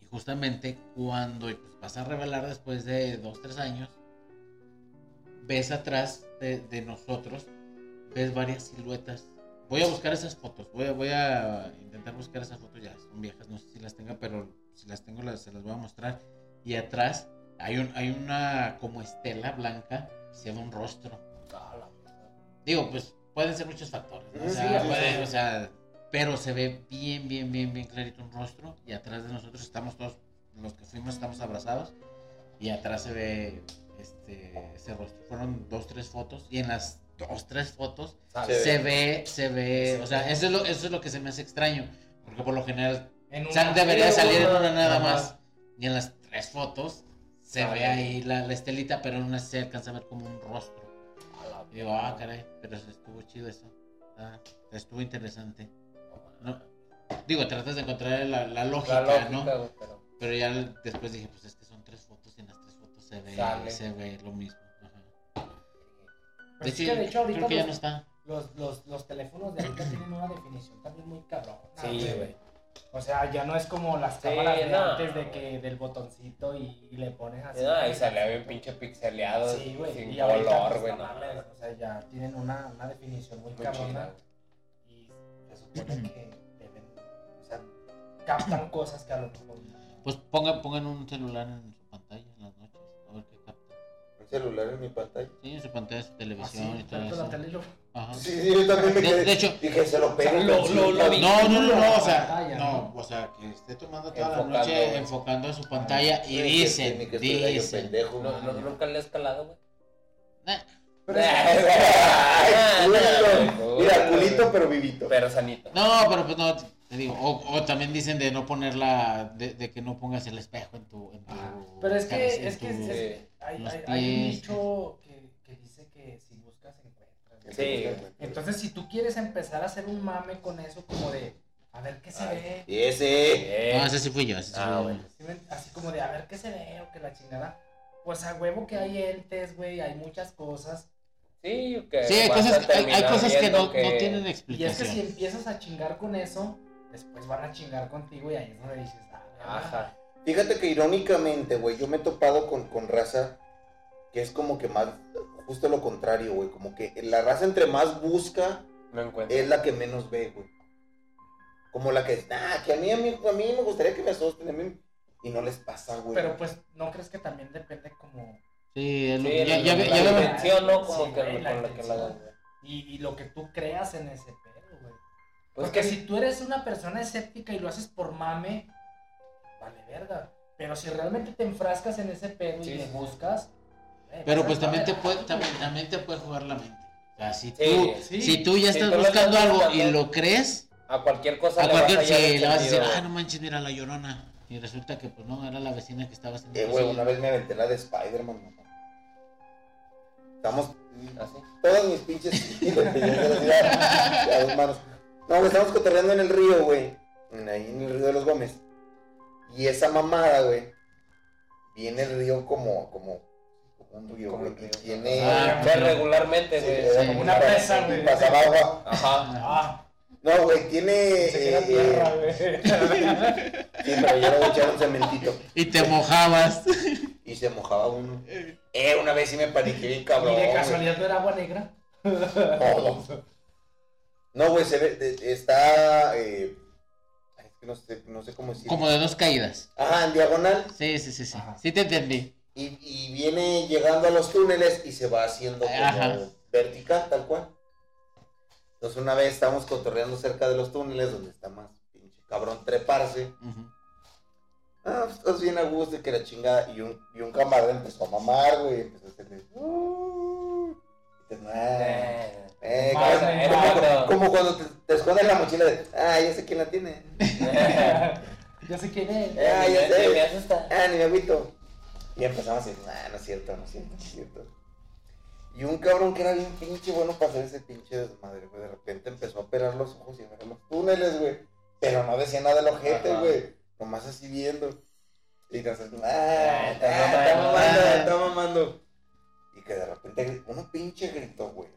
Y justamente cuando y pues, vas a revelar después de dos, tres años, ves atrás de, de nosotros, ves varias siluetas. Voy a buscar esas fotos, voy a, voy a intentar buscar esas fotos ya, son viejas, no sé si las tenga, pero si las tengo las, se las voy a mostrar. Y atrás hay, un, hay una como estela blanca, se ve un rostro. Ah, la verga. Digo, pues pueden ser muchos factores, ¿no? O Sí, sea, sí, puede- sí. o sea, pero se ve bien, bien, bien, bien clarito un rostro y atrás de nosotros estamos todos, los que fuimos estamos abrazados y atrás se ve este, ese rostro. Fueron dos, tres fotos y en las dos, tres fotos Se se ve. ve, se ve, o sea, eso es lo, eso es lo que se me hace extraño, porque por lo general En o sea, una- debería en salir en una- una nada Ajá. más. Y en las tres fotos se Sale. ve ahí la, la estelita, pero en una se alcanza a ver como un rostro. A la Y digo, ah, caray, pero eso estuvo chido eso. Ah, estuvo interesante. No, digo, tratas de encontrar la, la lógica, La lógica, ¿no? güey, pero- Pero ya después dije, pues es que son tres fotos y en las tres fotos se ve, Sale. se ve lo mismo. Ajá. Pues Pero Pues es que de hecho, ahorita creo que ya los, no está. los, los, los teléfonos de ahorita tienen una definición también muy cabrón. Sí, güey. O sea, ya no es como las Sí, cámaras de no, antes de güey. que del botoncito y, y le pones así. Ah, y salía bien pinche pixeleado, Sí, güey. sin y ahorita, color, pues, güey. no no, mames, O sea, ya tienen una, una definición muy, muy cabrona. chida. Y se supone que deben. O sea, captan cosas que a lo mejor. no. Pues pongan, pongan un celular en su pantalla en las noches, a ver qué capta. ¿En celular en mi pantalla. Sí, en su pantalla de su televisión y Así, todo tanto Ah, la eso. tele yo. Ajá. Sí, sí, yo también me Ah. De- quedé. de hecho- dije, se lo pego. Lo- lo- lo vi. No, no, no, no, o sea, Pantalla, no, o sea, que esté tomando toda la Enfocando, Ah, noche güey. enfocando a su pantalla y dicen, Ni que estuviera yo dicen. pendejo. No, no, nunca le he escalado, güey. Nah, Pero Ay, no, culero. Mira, no, culito no. pero vivito. Pero sanito. No, pero pues no, te digo, o, o también dicen de no ponerla, de, de que no pongas el espejo en tu... En tu Ajá. Ah, Pero es que, cabeza, en es que, tu- es que hay, los hay, hay un pies. eh. dicho que, que dice que si buscas encuentras. güey. Sí. Entonces, si tú quieres empezar a hacer un mame con eso, como de, a ver qué se Ay. ve, Y ese. Eh, No, ese sí fui yo, ese sí Ah, fui yo. bueno. ¿sí me- así como de, a ver qué se ve o que la chingada, pues a huevo que hay entes, güey, hay muchas cosas. Sí, que Sí, hay vas a cosas, hay- hay terminar cosas que viendo no, no tienen Y es que explicación. si empiezas a chingar con eso, después van a chingar contigo y ahí es donde dices, ah, la verdad, Ajá. Fíjate que irónicamente, güey, yo me he topado con, con raza que es como que más, justo lo contrario, güey, como que la raza entre más busca No Eh, encuentro. es la que menos ve, güey. Como la que, nah, que a mí, a mí, a mí me gustaría que me asusten, a mí- y no les pasa, güey. Pero pues, ¿no crees que también depende como... Sí, es lo- Sí, ya, la- ya, la- ve- la ya veo- idea. intención, ¿no? Como Sí, que güey, con la la que la intención. Y, y lo que tú creas en ese pedo, güey. Pues Porque que sí. si tú eres una persona escéptica y lo haces por mame, vale verga. Pero si realmente te enfrascas en ese pedo Sí, y le sí. buscas. eh, vas Pero a pues también te, valer puede, madre, también, güey. también te puede jugar la mente. O sea, si tú, Sí, Sí. si tú ya Sí, estás tú lo estás buscando algo y buscando. lo crees, A cualquier cosa a cualquier hallar sí, el le vas a decir, sentido, ah, güey. no manches, mira la llorona. Y resulta que pues no, era la vecina que estaba haciendo Eh, güey, cosillas. una vez me aventé la de Spider-Man, mamá. Estamos Así. todos mis pinches hijos que yo quiero decir a- a dos manos. No, güey, estamos cotorreando en el río, güey. en- Ahí en el río de los Gómez. Y esa mamada, güey. Viene el río como, como, como un río, Como güey. un que río. tiene. Ah, Ve claro. regularmente, sí, güey. era sí. como Una para- presa, y güey. Pasaba agua. Ajá. Ah, No, güey, tiene. se queda eh, tierra, eh, güey. sí, pero yo le voy a echar un cementito. Y te mojabas. Y se mojaba uno. Eh, una vez sí me paniqué bien cabrón. Y de güey. casualidad no era agua negra. Todo. No, güey, se ve, de- está. eh, ay, es que no sé, no sé cómo decir. Como de dos caídas. Ajá, en diagonal. Sí, sí, sí, sí. Ajá. Sí te entendí. Y, y viene llegando a los túneles y se va haciendo como Ajá. vertical, tal cual. Entonces, una vez estábamos cotorreando cerca de los túneles, donde está más pinche cabrón treparse. Ujú. Ah, pues, estás bien a gusto y que la chingada. Y un, y un camarada empezó a mamar, güey. Empezó a hacerle. "Uh", y te- "Ah". Eh, Eh, Madre, como- era como- otro. como cuando te, te esconden la mochila de, ah, ya sé quién la tiene. Yo sé quién es. Eh, ah, ya me sé. asusta. Ah, ni me agüito. Y empezamos a decir, ah, no es cierto, no es cierto, no es cierto. Y un cabrón que era bien pinche bueno para hacer ese pinche desmadre, güey. De repente empezó a pelar los ojos y a ver los túneles, güey. Pero no decía nada del ojete, Ajá. güey. Nomás así viendo. Y nosotros, ah, Ah, está ah, está mamando, mamando, ah. está mamando. Y que de repente gri- uno pinche gritó, güey.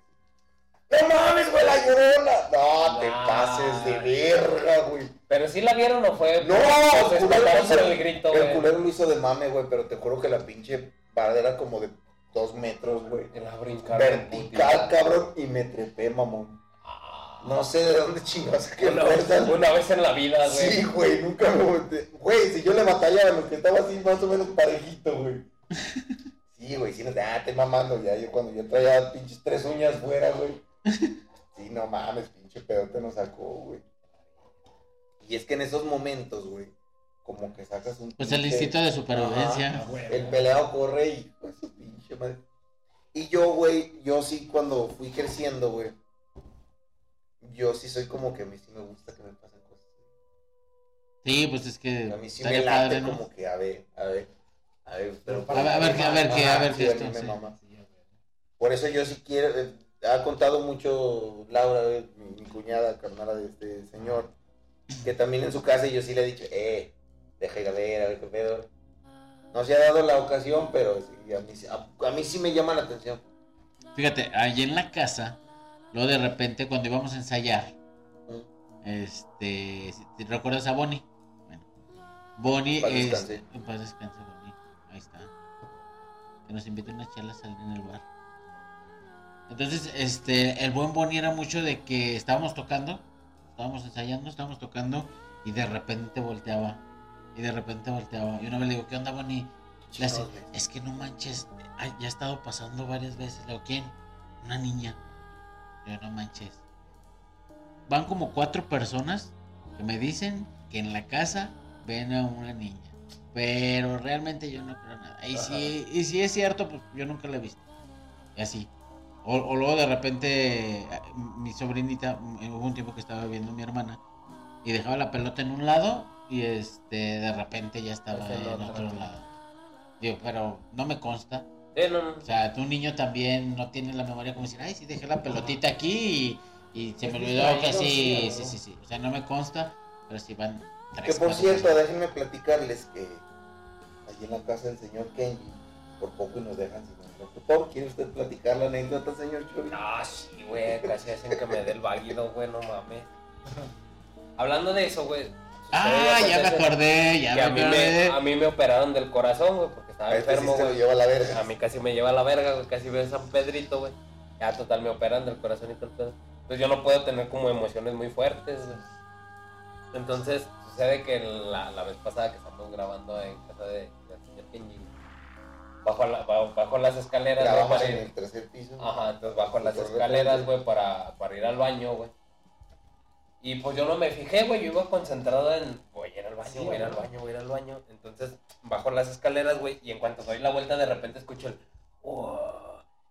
¡No mames, güey, la llorona! No, te Nah. pases de verga, güey. Pero sí la vieron o fue. No, se culero, espantaron por culero. el grito, El güey. culero lo hizo de mame, güey, pero te juro que la pinche parada era como de dos metros, güey. Y La brincaron. Vertical, cabrón, y me trepé, mamón. Ah, No sé de dónde chingas saqué Una vez, fuerzas, güey. una vez en la vida, güey. Sí, güey, nunca me volteé. Güey, si yo le batallaba, lo que estaba así más o menos parejito, güey. Sí, güey, sí, no, ah, te mamando ya. Yo cuando yo traía pinches tres uñas fuera, güey. Sí, no mames, pinche pedote nos sacó, güey. Y es que en esos momentos, güey, como que sacas un. Pues el pinche- instinto de supervivencia. Ah, güey. el peleado corre y hijo de su pinche madre. Y yo, güey, yo sí cuando fui creciendo, güey. Yo sí soy como que a mí sí me gusta que me pasen cosas. Sí, pues es que A mí sí me estaría late padre, ¿no? como que a ver, a ver, a ver, pero A ver, a ver, qué- a ver, qué- a Ajá, ver, sí, qué a esto, mí me sí. mama. Sí, güey. Por eso yo sí quiero, eh, ha contado mucho Laura, eh, mi, mi cuñada, carnala de este señor, que también en su casa yo sí le he dicho, eh, deja ir a ver, a ver qué pedo. No se ha dado la ocasión, pero sí, a, mí, a- a mí sí me llama la atención. Fíjate, allí en la casa, luego de repente cuando íbamos a ensayar, este, si- si ¿recuerdas a Bonnie? Bueno, Bonnie Paz es... descanse. en paz descanse, Bonnie. Ahí está. Que nos invite unas chelas al- en el bar. Entonces, este, el buen Bonnie era mucho de que estábamos tocando, estábamos ensayando, estábamos tocando, y de repente volteaba, y de repente volteaba. Y una vez le digo, ¿qué onda, Bonnie? Le hace, Chicos, güey. es que no manches, ay, ya ha estado pasando varias veces. Le digo, ¿quién? Una niña. Le digo, no manches. Van como cuatro personas que me dicen que en la casa ven a una niña. Pero realmente yo no creo nada. Y si, y si es cierto, pues yo nunca la he visto. Y así. O, o luego de repente eh, mi sobrinita, mm, hubo un tiempo que estaba viendo mi hermana y dejaba la pelota en un lado y este de repente ya estaba Hacia el en otro. otro lado. Digo, pero no me consta. Sí, no, no. O sea, tu niño también no tiene la memoria como decir, ay, sí, dejé la pelotita aquí y, y se me Pues Es olvidó que distraído, sí, sí, sí, ¿no? sí, sí. O sea, no me consta, pero sí van Que tres. por cuatro cierto, personas. déjenme platicarles que allí en la casa del señor Kenji, por poco y nos dejan sin nuestro futón. ¿Quiere usted platicar la anécdota, señor Chuy? No, Ah, sí, güey, casi hacen que me dé el válido, güey, no mames. Hablando de eso, güey. Ah, sucedió ya me acontece acordé, ya Que me a mí me, acordé. a mí me operaron del corazón, güey, porque estaba A este sí enfermo, se lo güey. lleva a la verga. A mí casi me lleva a la verga, güey, casi veo San Pedrito, güey. Ya total me operan del corazón y todo el pedo. Entonces yo no puedo tener como emociones muy fuertes, güey. Entonces sucede que la, la vez pasada que estamos grabando en casa de, del señor Kenji, güey, bajo, la- bajo, bajo las escaleras, güey, Grabamos para en ir- el tercer piso. Ajá, entonces bajo las Correcto. escaleras, güey, para, para ir al baño, güey. Y pues yo no me fijé, güey, yo iba concentrado en, voy a ir al Sí, baño, voy a ir al ¿no? baño, voy a ir al baño. Entonces bajo las escaleras, güey, y en cuanto doy la vuelta, de repente escucho el... "Uah".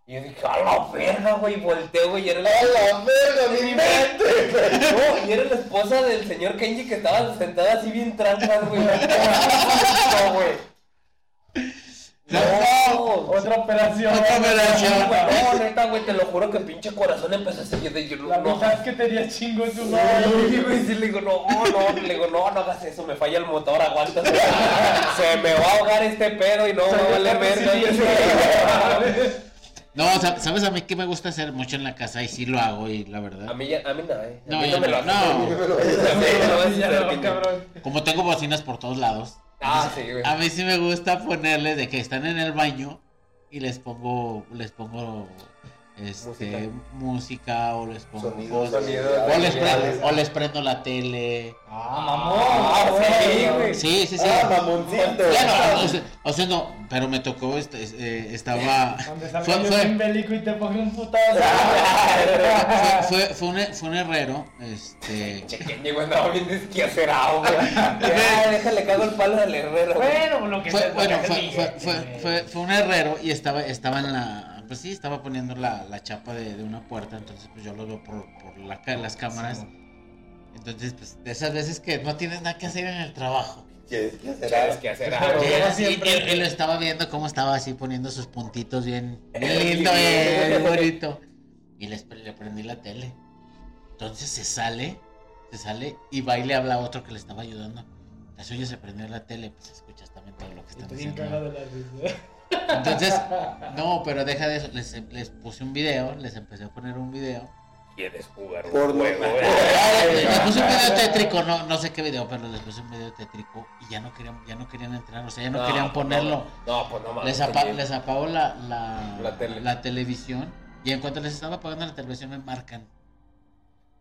Y yo dije, a la verga, güey, y volteo, güey, y era la... ¡A la verga, mi Mi mente! güey! No, y era la esposa del señor Kenji que estaba sentada así bien trancas, güey. No, güey. No, Otra operación. Otra Ah, operación. güey, No, neta, güey, te lo juro que pinche corazón empezó a seguir de yo no. La no. mitad que tenía chingo en tu madre. Ay, güey, sí, le digo, no, no, le digo, no, no hagas eso, me falla el motor, aguanta. Se me va a ahogar este pedo y no me vale verga. No, sa- sabes a mí que me gusta hacer mucho en la casa y sí lo hago y la verdad. A mí ya, a mí no, eh. A No, mí yo me lo no, no. hacen. Me lo- A mí no me hacen el pito. cabrón. Como tengo bocinas por todos lados, Ah, sí, güey. a mí sí me gusta ponerles de que están en el baño y les pongo, les pongo este, música, o les pongo Sonidos, Ah, cosas. sonidos, o, les sonidos. prendo, o les prendo la tele. Ah, mamón. mamón. Sí, güey. Sí, sí, sí. ¡Ah, mamoncito! Claro, o sea, o sea, no, pero me tocó, este, es- eh, estaba... Donde Fue- salga yo fue- bien belico y te pongo un putazo. Fue, fue, fue un, fue un herrero, este... Chequen, llegó andaba bien desquiacerado, güey. Ya, déjale cago el palo al herrero, güey. Bueno, lo que Fue, sea, bueno, porque fue, es fue, billete, fue, güey. fue- fue un herrero y estaba, estaba en la... Pues sí, estaba poniendo la, la chapa de, de una puerta, entonces pues yo lo veo por, por la ca- las cámaras. Entonces, pues de esas veces que no tienes nada que hacer en el trabajo. Yes, yes, Ya, yes. desquiacerado, güey. Llegas y, siempre. y- y lo estaba viendo cómo estaba así poniendo sus puntitos bien, bien lindo, eh, bien bonito. Y les, pre- le prendí la tele. Entonces se sale, se sale y va y le habla a otro que le estaba ayudando. La suya se prendió la tele, pues escuchas también todo lo que están Estoy bien diciendo. cagado de la risa. Entonces, no, pero deja de eso. Les, les puse un video, les empecé a poner un video. ¿Quieres jugar un Porno. juego, güey? Les puse un video tétrico, no, no sé qué video, pero les puse un video tétrico y ya no querían, ya no querían entrar, o sea, ya no, querían pues ponerlo. No, no, pues no mames. Les, apa- también. les apago la, la, La tele. la televisión. Y en cuanto les estaba apagando la televisión, me marcan.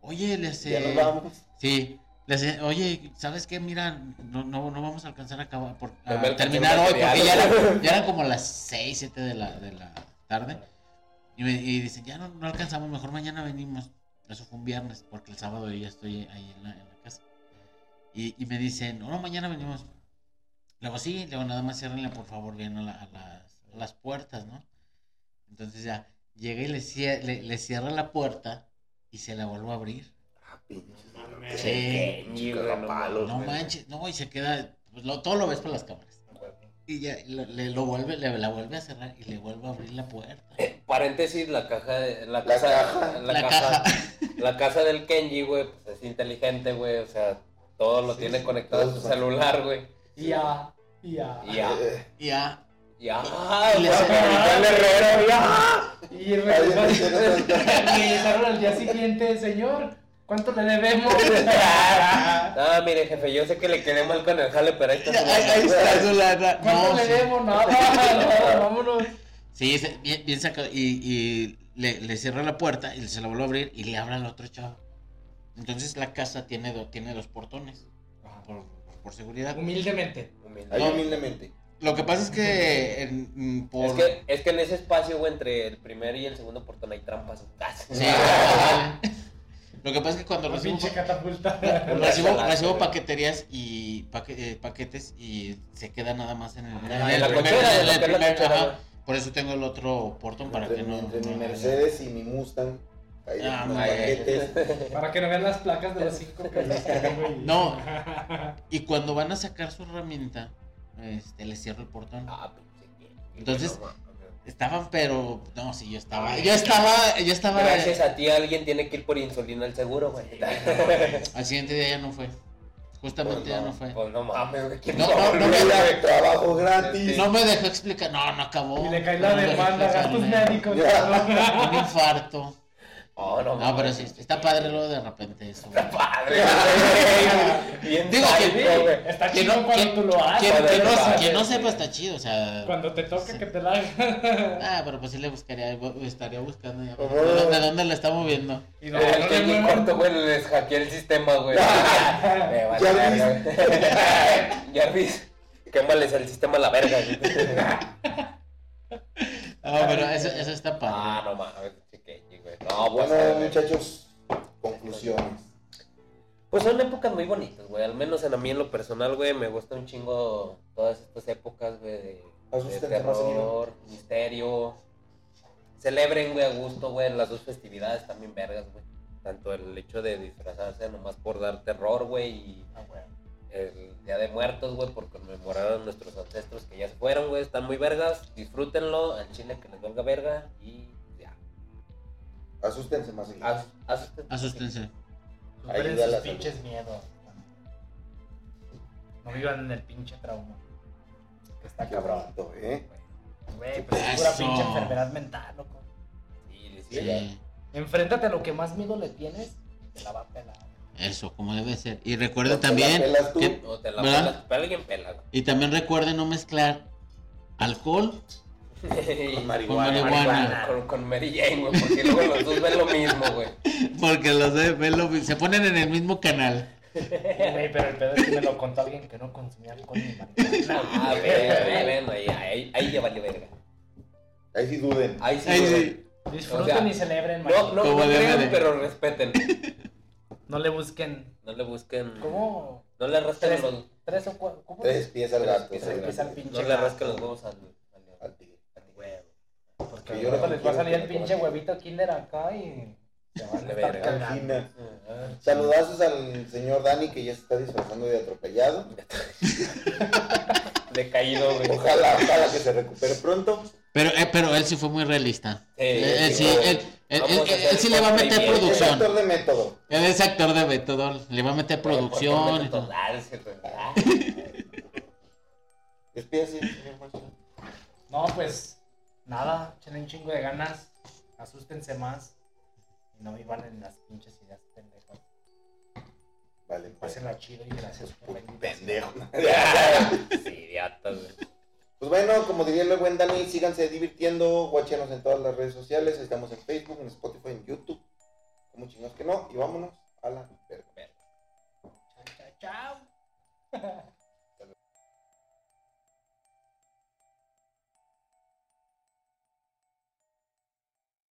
Oye, les. Ya nos eh, vamos. Sí. Les, eh, oye, ¿sabes qué? Mira, no, no, no vamos a alcanzar a, acabar por- a Dame el terminar hoy control porque ya, material. era- ya eran como las 6, 7 de la, de la tarde. Y, me, y dicen, ya no, no alcanzamos, mejor mañana venimos. Eso fue un viernes, porque el sábado yo ya estoy ahí en la, en la casa. Y, y me dicen, no, no, mañana venimos. Luego sí, luego nada más ciérrenle por favor bien a, la- a las, a las puertas, ¿no? Entonces ya llega y le, cie- le, le cierra la puerta y se la vuelvo a abrir. Ah, pinche. Sí. Kenji, güey, no mames. No manches, no, y se queda, pues, lo- todo lo ves por las cámaras. Y ya lo, le, lo vuelve, le, la vuelve a cerrar y le vuelve a abrir la puerta. Paréntesis, la caja de, la La casa, caja. La, casa, la casa del Kenji, güey, pues es inteligente, güey, o sea, todo lo Sí, tiene sí, conectado a todo su está- celular, güey. Ya, ya. Y ya, Eh, Y ya, ya. Y le ah, güey, hace- Gabriel Herrero, ya. Y pues, adiós, regresaron- adiós, adiós, adiós. regresaron al día siguiente, señor. ¿Cuánto le debemos? Ah, mire, jefe, yo sé que le quedé mal con el jale, pero ahí está Ya, su ahí, ahí está su lana. ¿Cuánto No, le sí. debemos? Nada, nada, vámonos. Sí, se- bien, bien sacado. Y, y le, le cierra la puerta y se la vuelve a abrir y le habla al otro chavo. Entonces la casa tiene, do- tiene dos portones por, por seguridad. Humildemente. mamá. Ahí No. humildemente. Lo que pasa es que. en- mm, por... Es, que, es que en ese espacio, güey, entre el primer y el segundo portón hay trampas. Ah, Sí, Lo que pasa es que cuando Una recibo, pinche catapulta. recibo, Una recibo güey. paqueterías y paque- eh, paquetes y se queda nada más en el, en en el la primer- cochera, en en lo el que es la primer- cochera, ajá. güey. Por eso tengo el otro portón para entre, que no. entre no- mi Mercedes y mi Mustang. Ahí Ah, los güey. paquetes. Para que no vean las placas de los cinco que los tengo y- No. Y cuando van a sacar su herramienta, este, les cierro el portón. Ah, pinche que- Entonces- no, ma- Estaban, pero. No, sí, yo estaba. Ay. Yo estaba. Yo estaba. Gracias a ti alguien tiene que ir por insulina al seguro, güey. Al siguiente día ya no fue. Justamente Pues ya no, no fue. Pues no mames, güey. ¿quién No, va a no, volver? no me- Mira, trabajo gratis. No me dejó explicar. No, no acabó. Y le cae la No me dejó demanda, gastos explicarme. médicos. Ya. cabrón. Un infarto. No, no, No, pero mames. sí, está padre luego de repente eso. güey. Está padre, güey. Bien Digo que- sádico, güey. Está Que chido no- cuando que- tú lo Que, haces. ¿Quién- que no, padre, que no güey. sepa está chido, o sea. Cuando te toca Sí. que te la hagas. Ah, pero pues sí le buscaría, estaría buscando Pues ya. Ajá. ¿De dónde, dónde la está moviendo? Y No, donde no el le Eh, que llegó muevan. corto, güey, les hackeé el sistema, güey. Me vale Ya verga, güey. Jarvis, quémales el sistema a la verga. güey. Ah, pero eso, eso está Ah, padre. no mames, cheque, güey. No, pues, Bueno, güey. muchachos, conclusiones. Pues son épocas muy bonitas, güey. Al menos en a mí en lo personal, güey, me gusta un chingo todas estas épocas, güey, de, de Asústense más seguido. terror, misterio. Celebren, güey, a gusto, güey, las dos festividades también vergas, güey. Tanto el hecho de disfrazarse nomás por dar terror, güey, y Ah, güey. el Día de Muertos, güey, por conmemorar a nuestros ancestros que ya se fueron, güey. Están muy vergas, disfrútenlo, al chile que les valga verga y ya. este Asústense más seguido. As- asústense. Asústense. Ayuda Superen a sus la pinches miedos. No vivan en el pinche trauma. Que Ah, está Qué cabrón. bonito, ¿eh? Güey, pues es pura Eso. pinche enfermedad mental, loco. Sí, sí, sí. Sí, Enfréntate a lo que más miedo le tienes, te la va a pelar. eso, como debe ser. Y No recuerden te la también. pelas tú. que- No te la ¿Verdad? pelas, pero alguien pela, güey. Y también recuerden no mezclar alcohol Con con, marihuana. Con marihuana. con, con Mary Jane, güey, porque luego los dos ven lo mismo, güey. porque los de, ven lo- se ponen en el mismo canal. Güey, pero el pedo es que me lo contó alguien que no consumía alcohol ni marihuana. Ah, bueno, bueno, ahí, ahí, ahí ya valió verga. Ahí sí duden. Ahí sí. Ahí güey. sí. Disfruten O sea, y celebren, No, no, no, no Como de crean, madre. pero respeten. no le busquen. No le busquen. ¿Cómo? No le rasquen Tres, los. tres o cuatro. ¿Cómo? Tres pies al gato. tres pies al tres gato. pies No le rasquen los huevos al. al- al tigre. al huevo. Porque Que yo yo les no va a quiero salir que el me pinche conozcan. huevito Kinder acá y. Se van a Vale, estar verga. cagando. Algina. Saludazos al señor Dani que ya se está disfrazando de atropellado. Decaído, güey. Ojalá, ojalá que se recupere pronto. Pero, eh, pero él sí fue muy realista. Sí, él, él sí, digo, él, él- vamos él- a hacer él sí le va a meter experimento. Es producción. actor de método. Él es actor de método, le va a meter producción. y todo. Total, sí, güey. Ah, Despídase, señor Marcelo. No, pues nada, echen un chingo de ganas, asústense más y no vivan en las pinches ideas pendejas. Vale, pues. Pásenla chido y gracias por la invitación. Pendejo. Sí, idiota, güey. Pues bueno, como diría el buen Dani, síganse divirtiendo, guáchenos en todas las redes sociales, estamos en Facebook, en Spotify, en YouTube, como chingados que no, y vámonos a la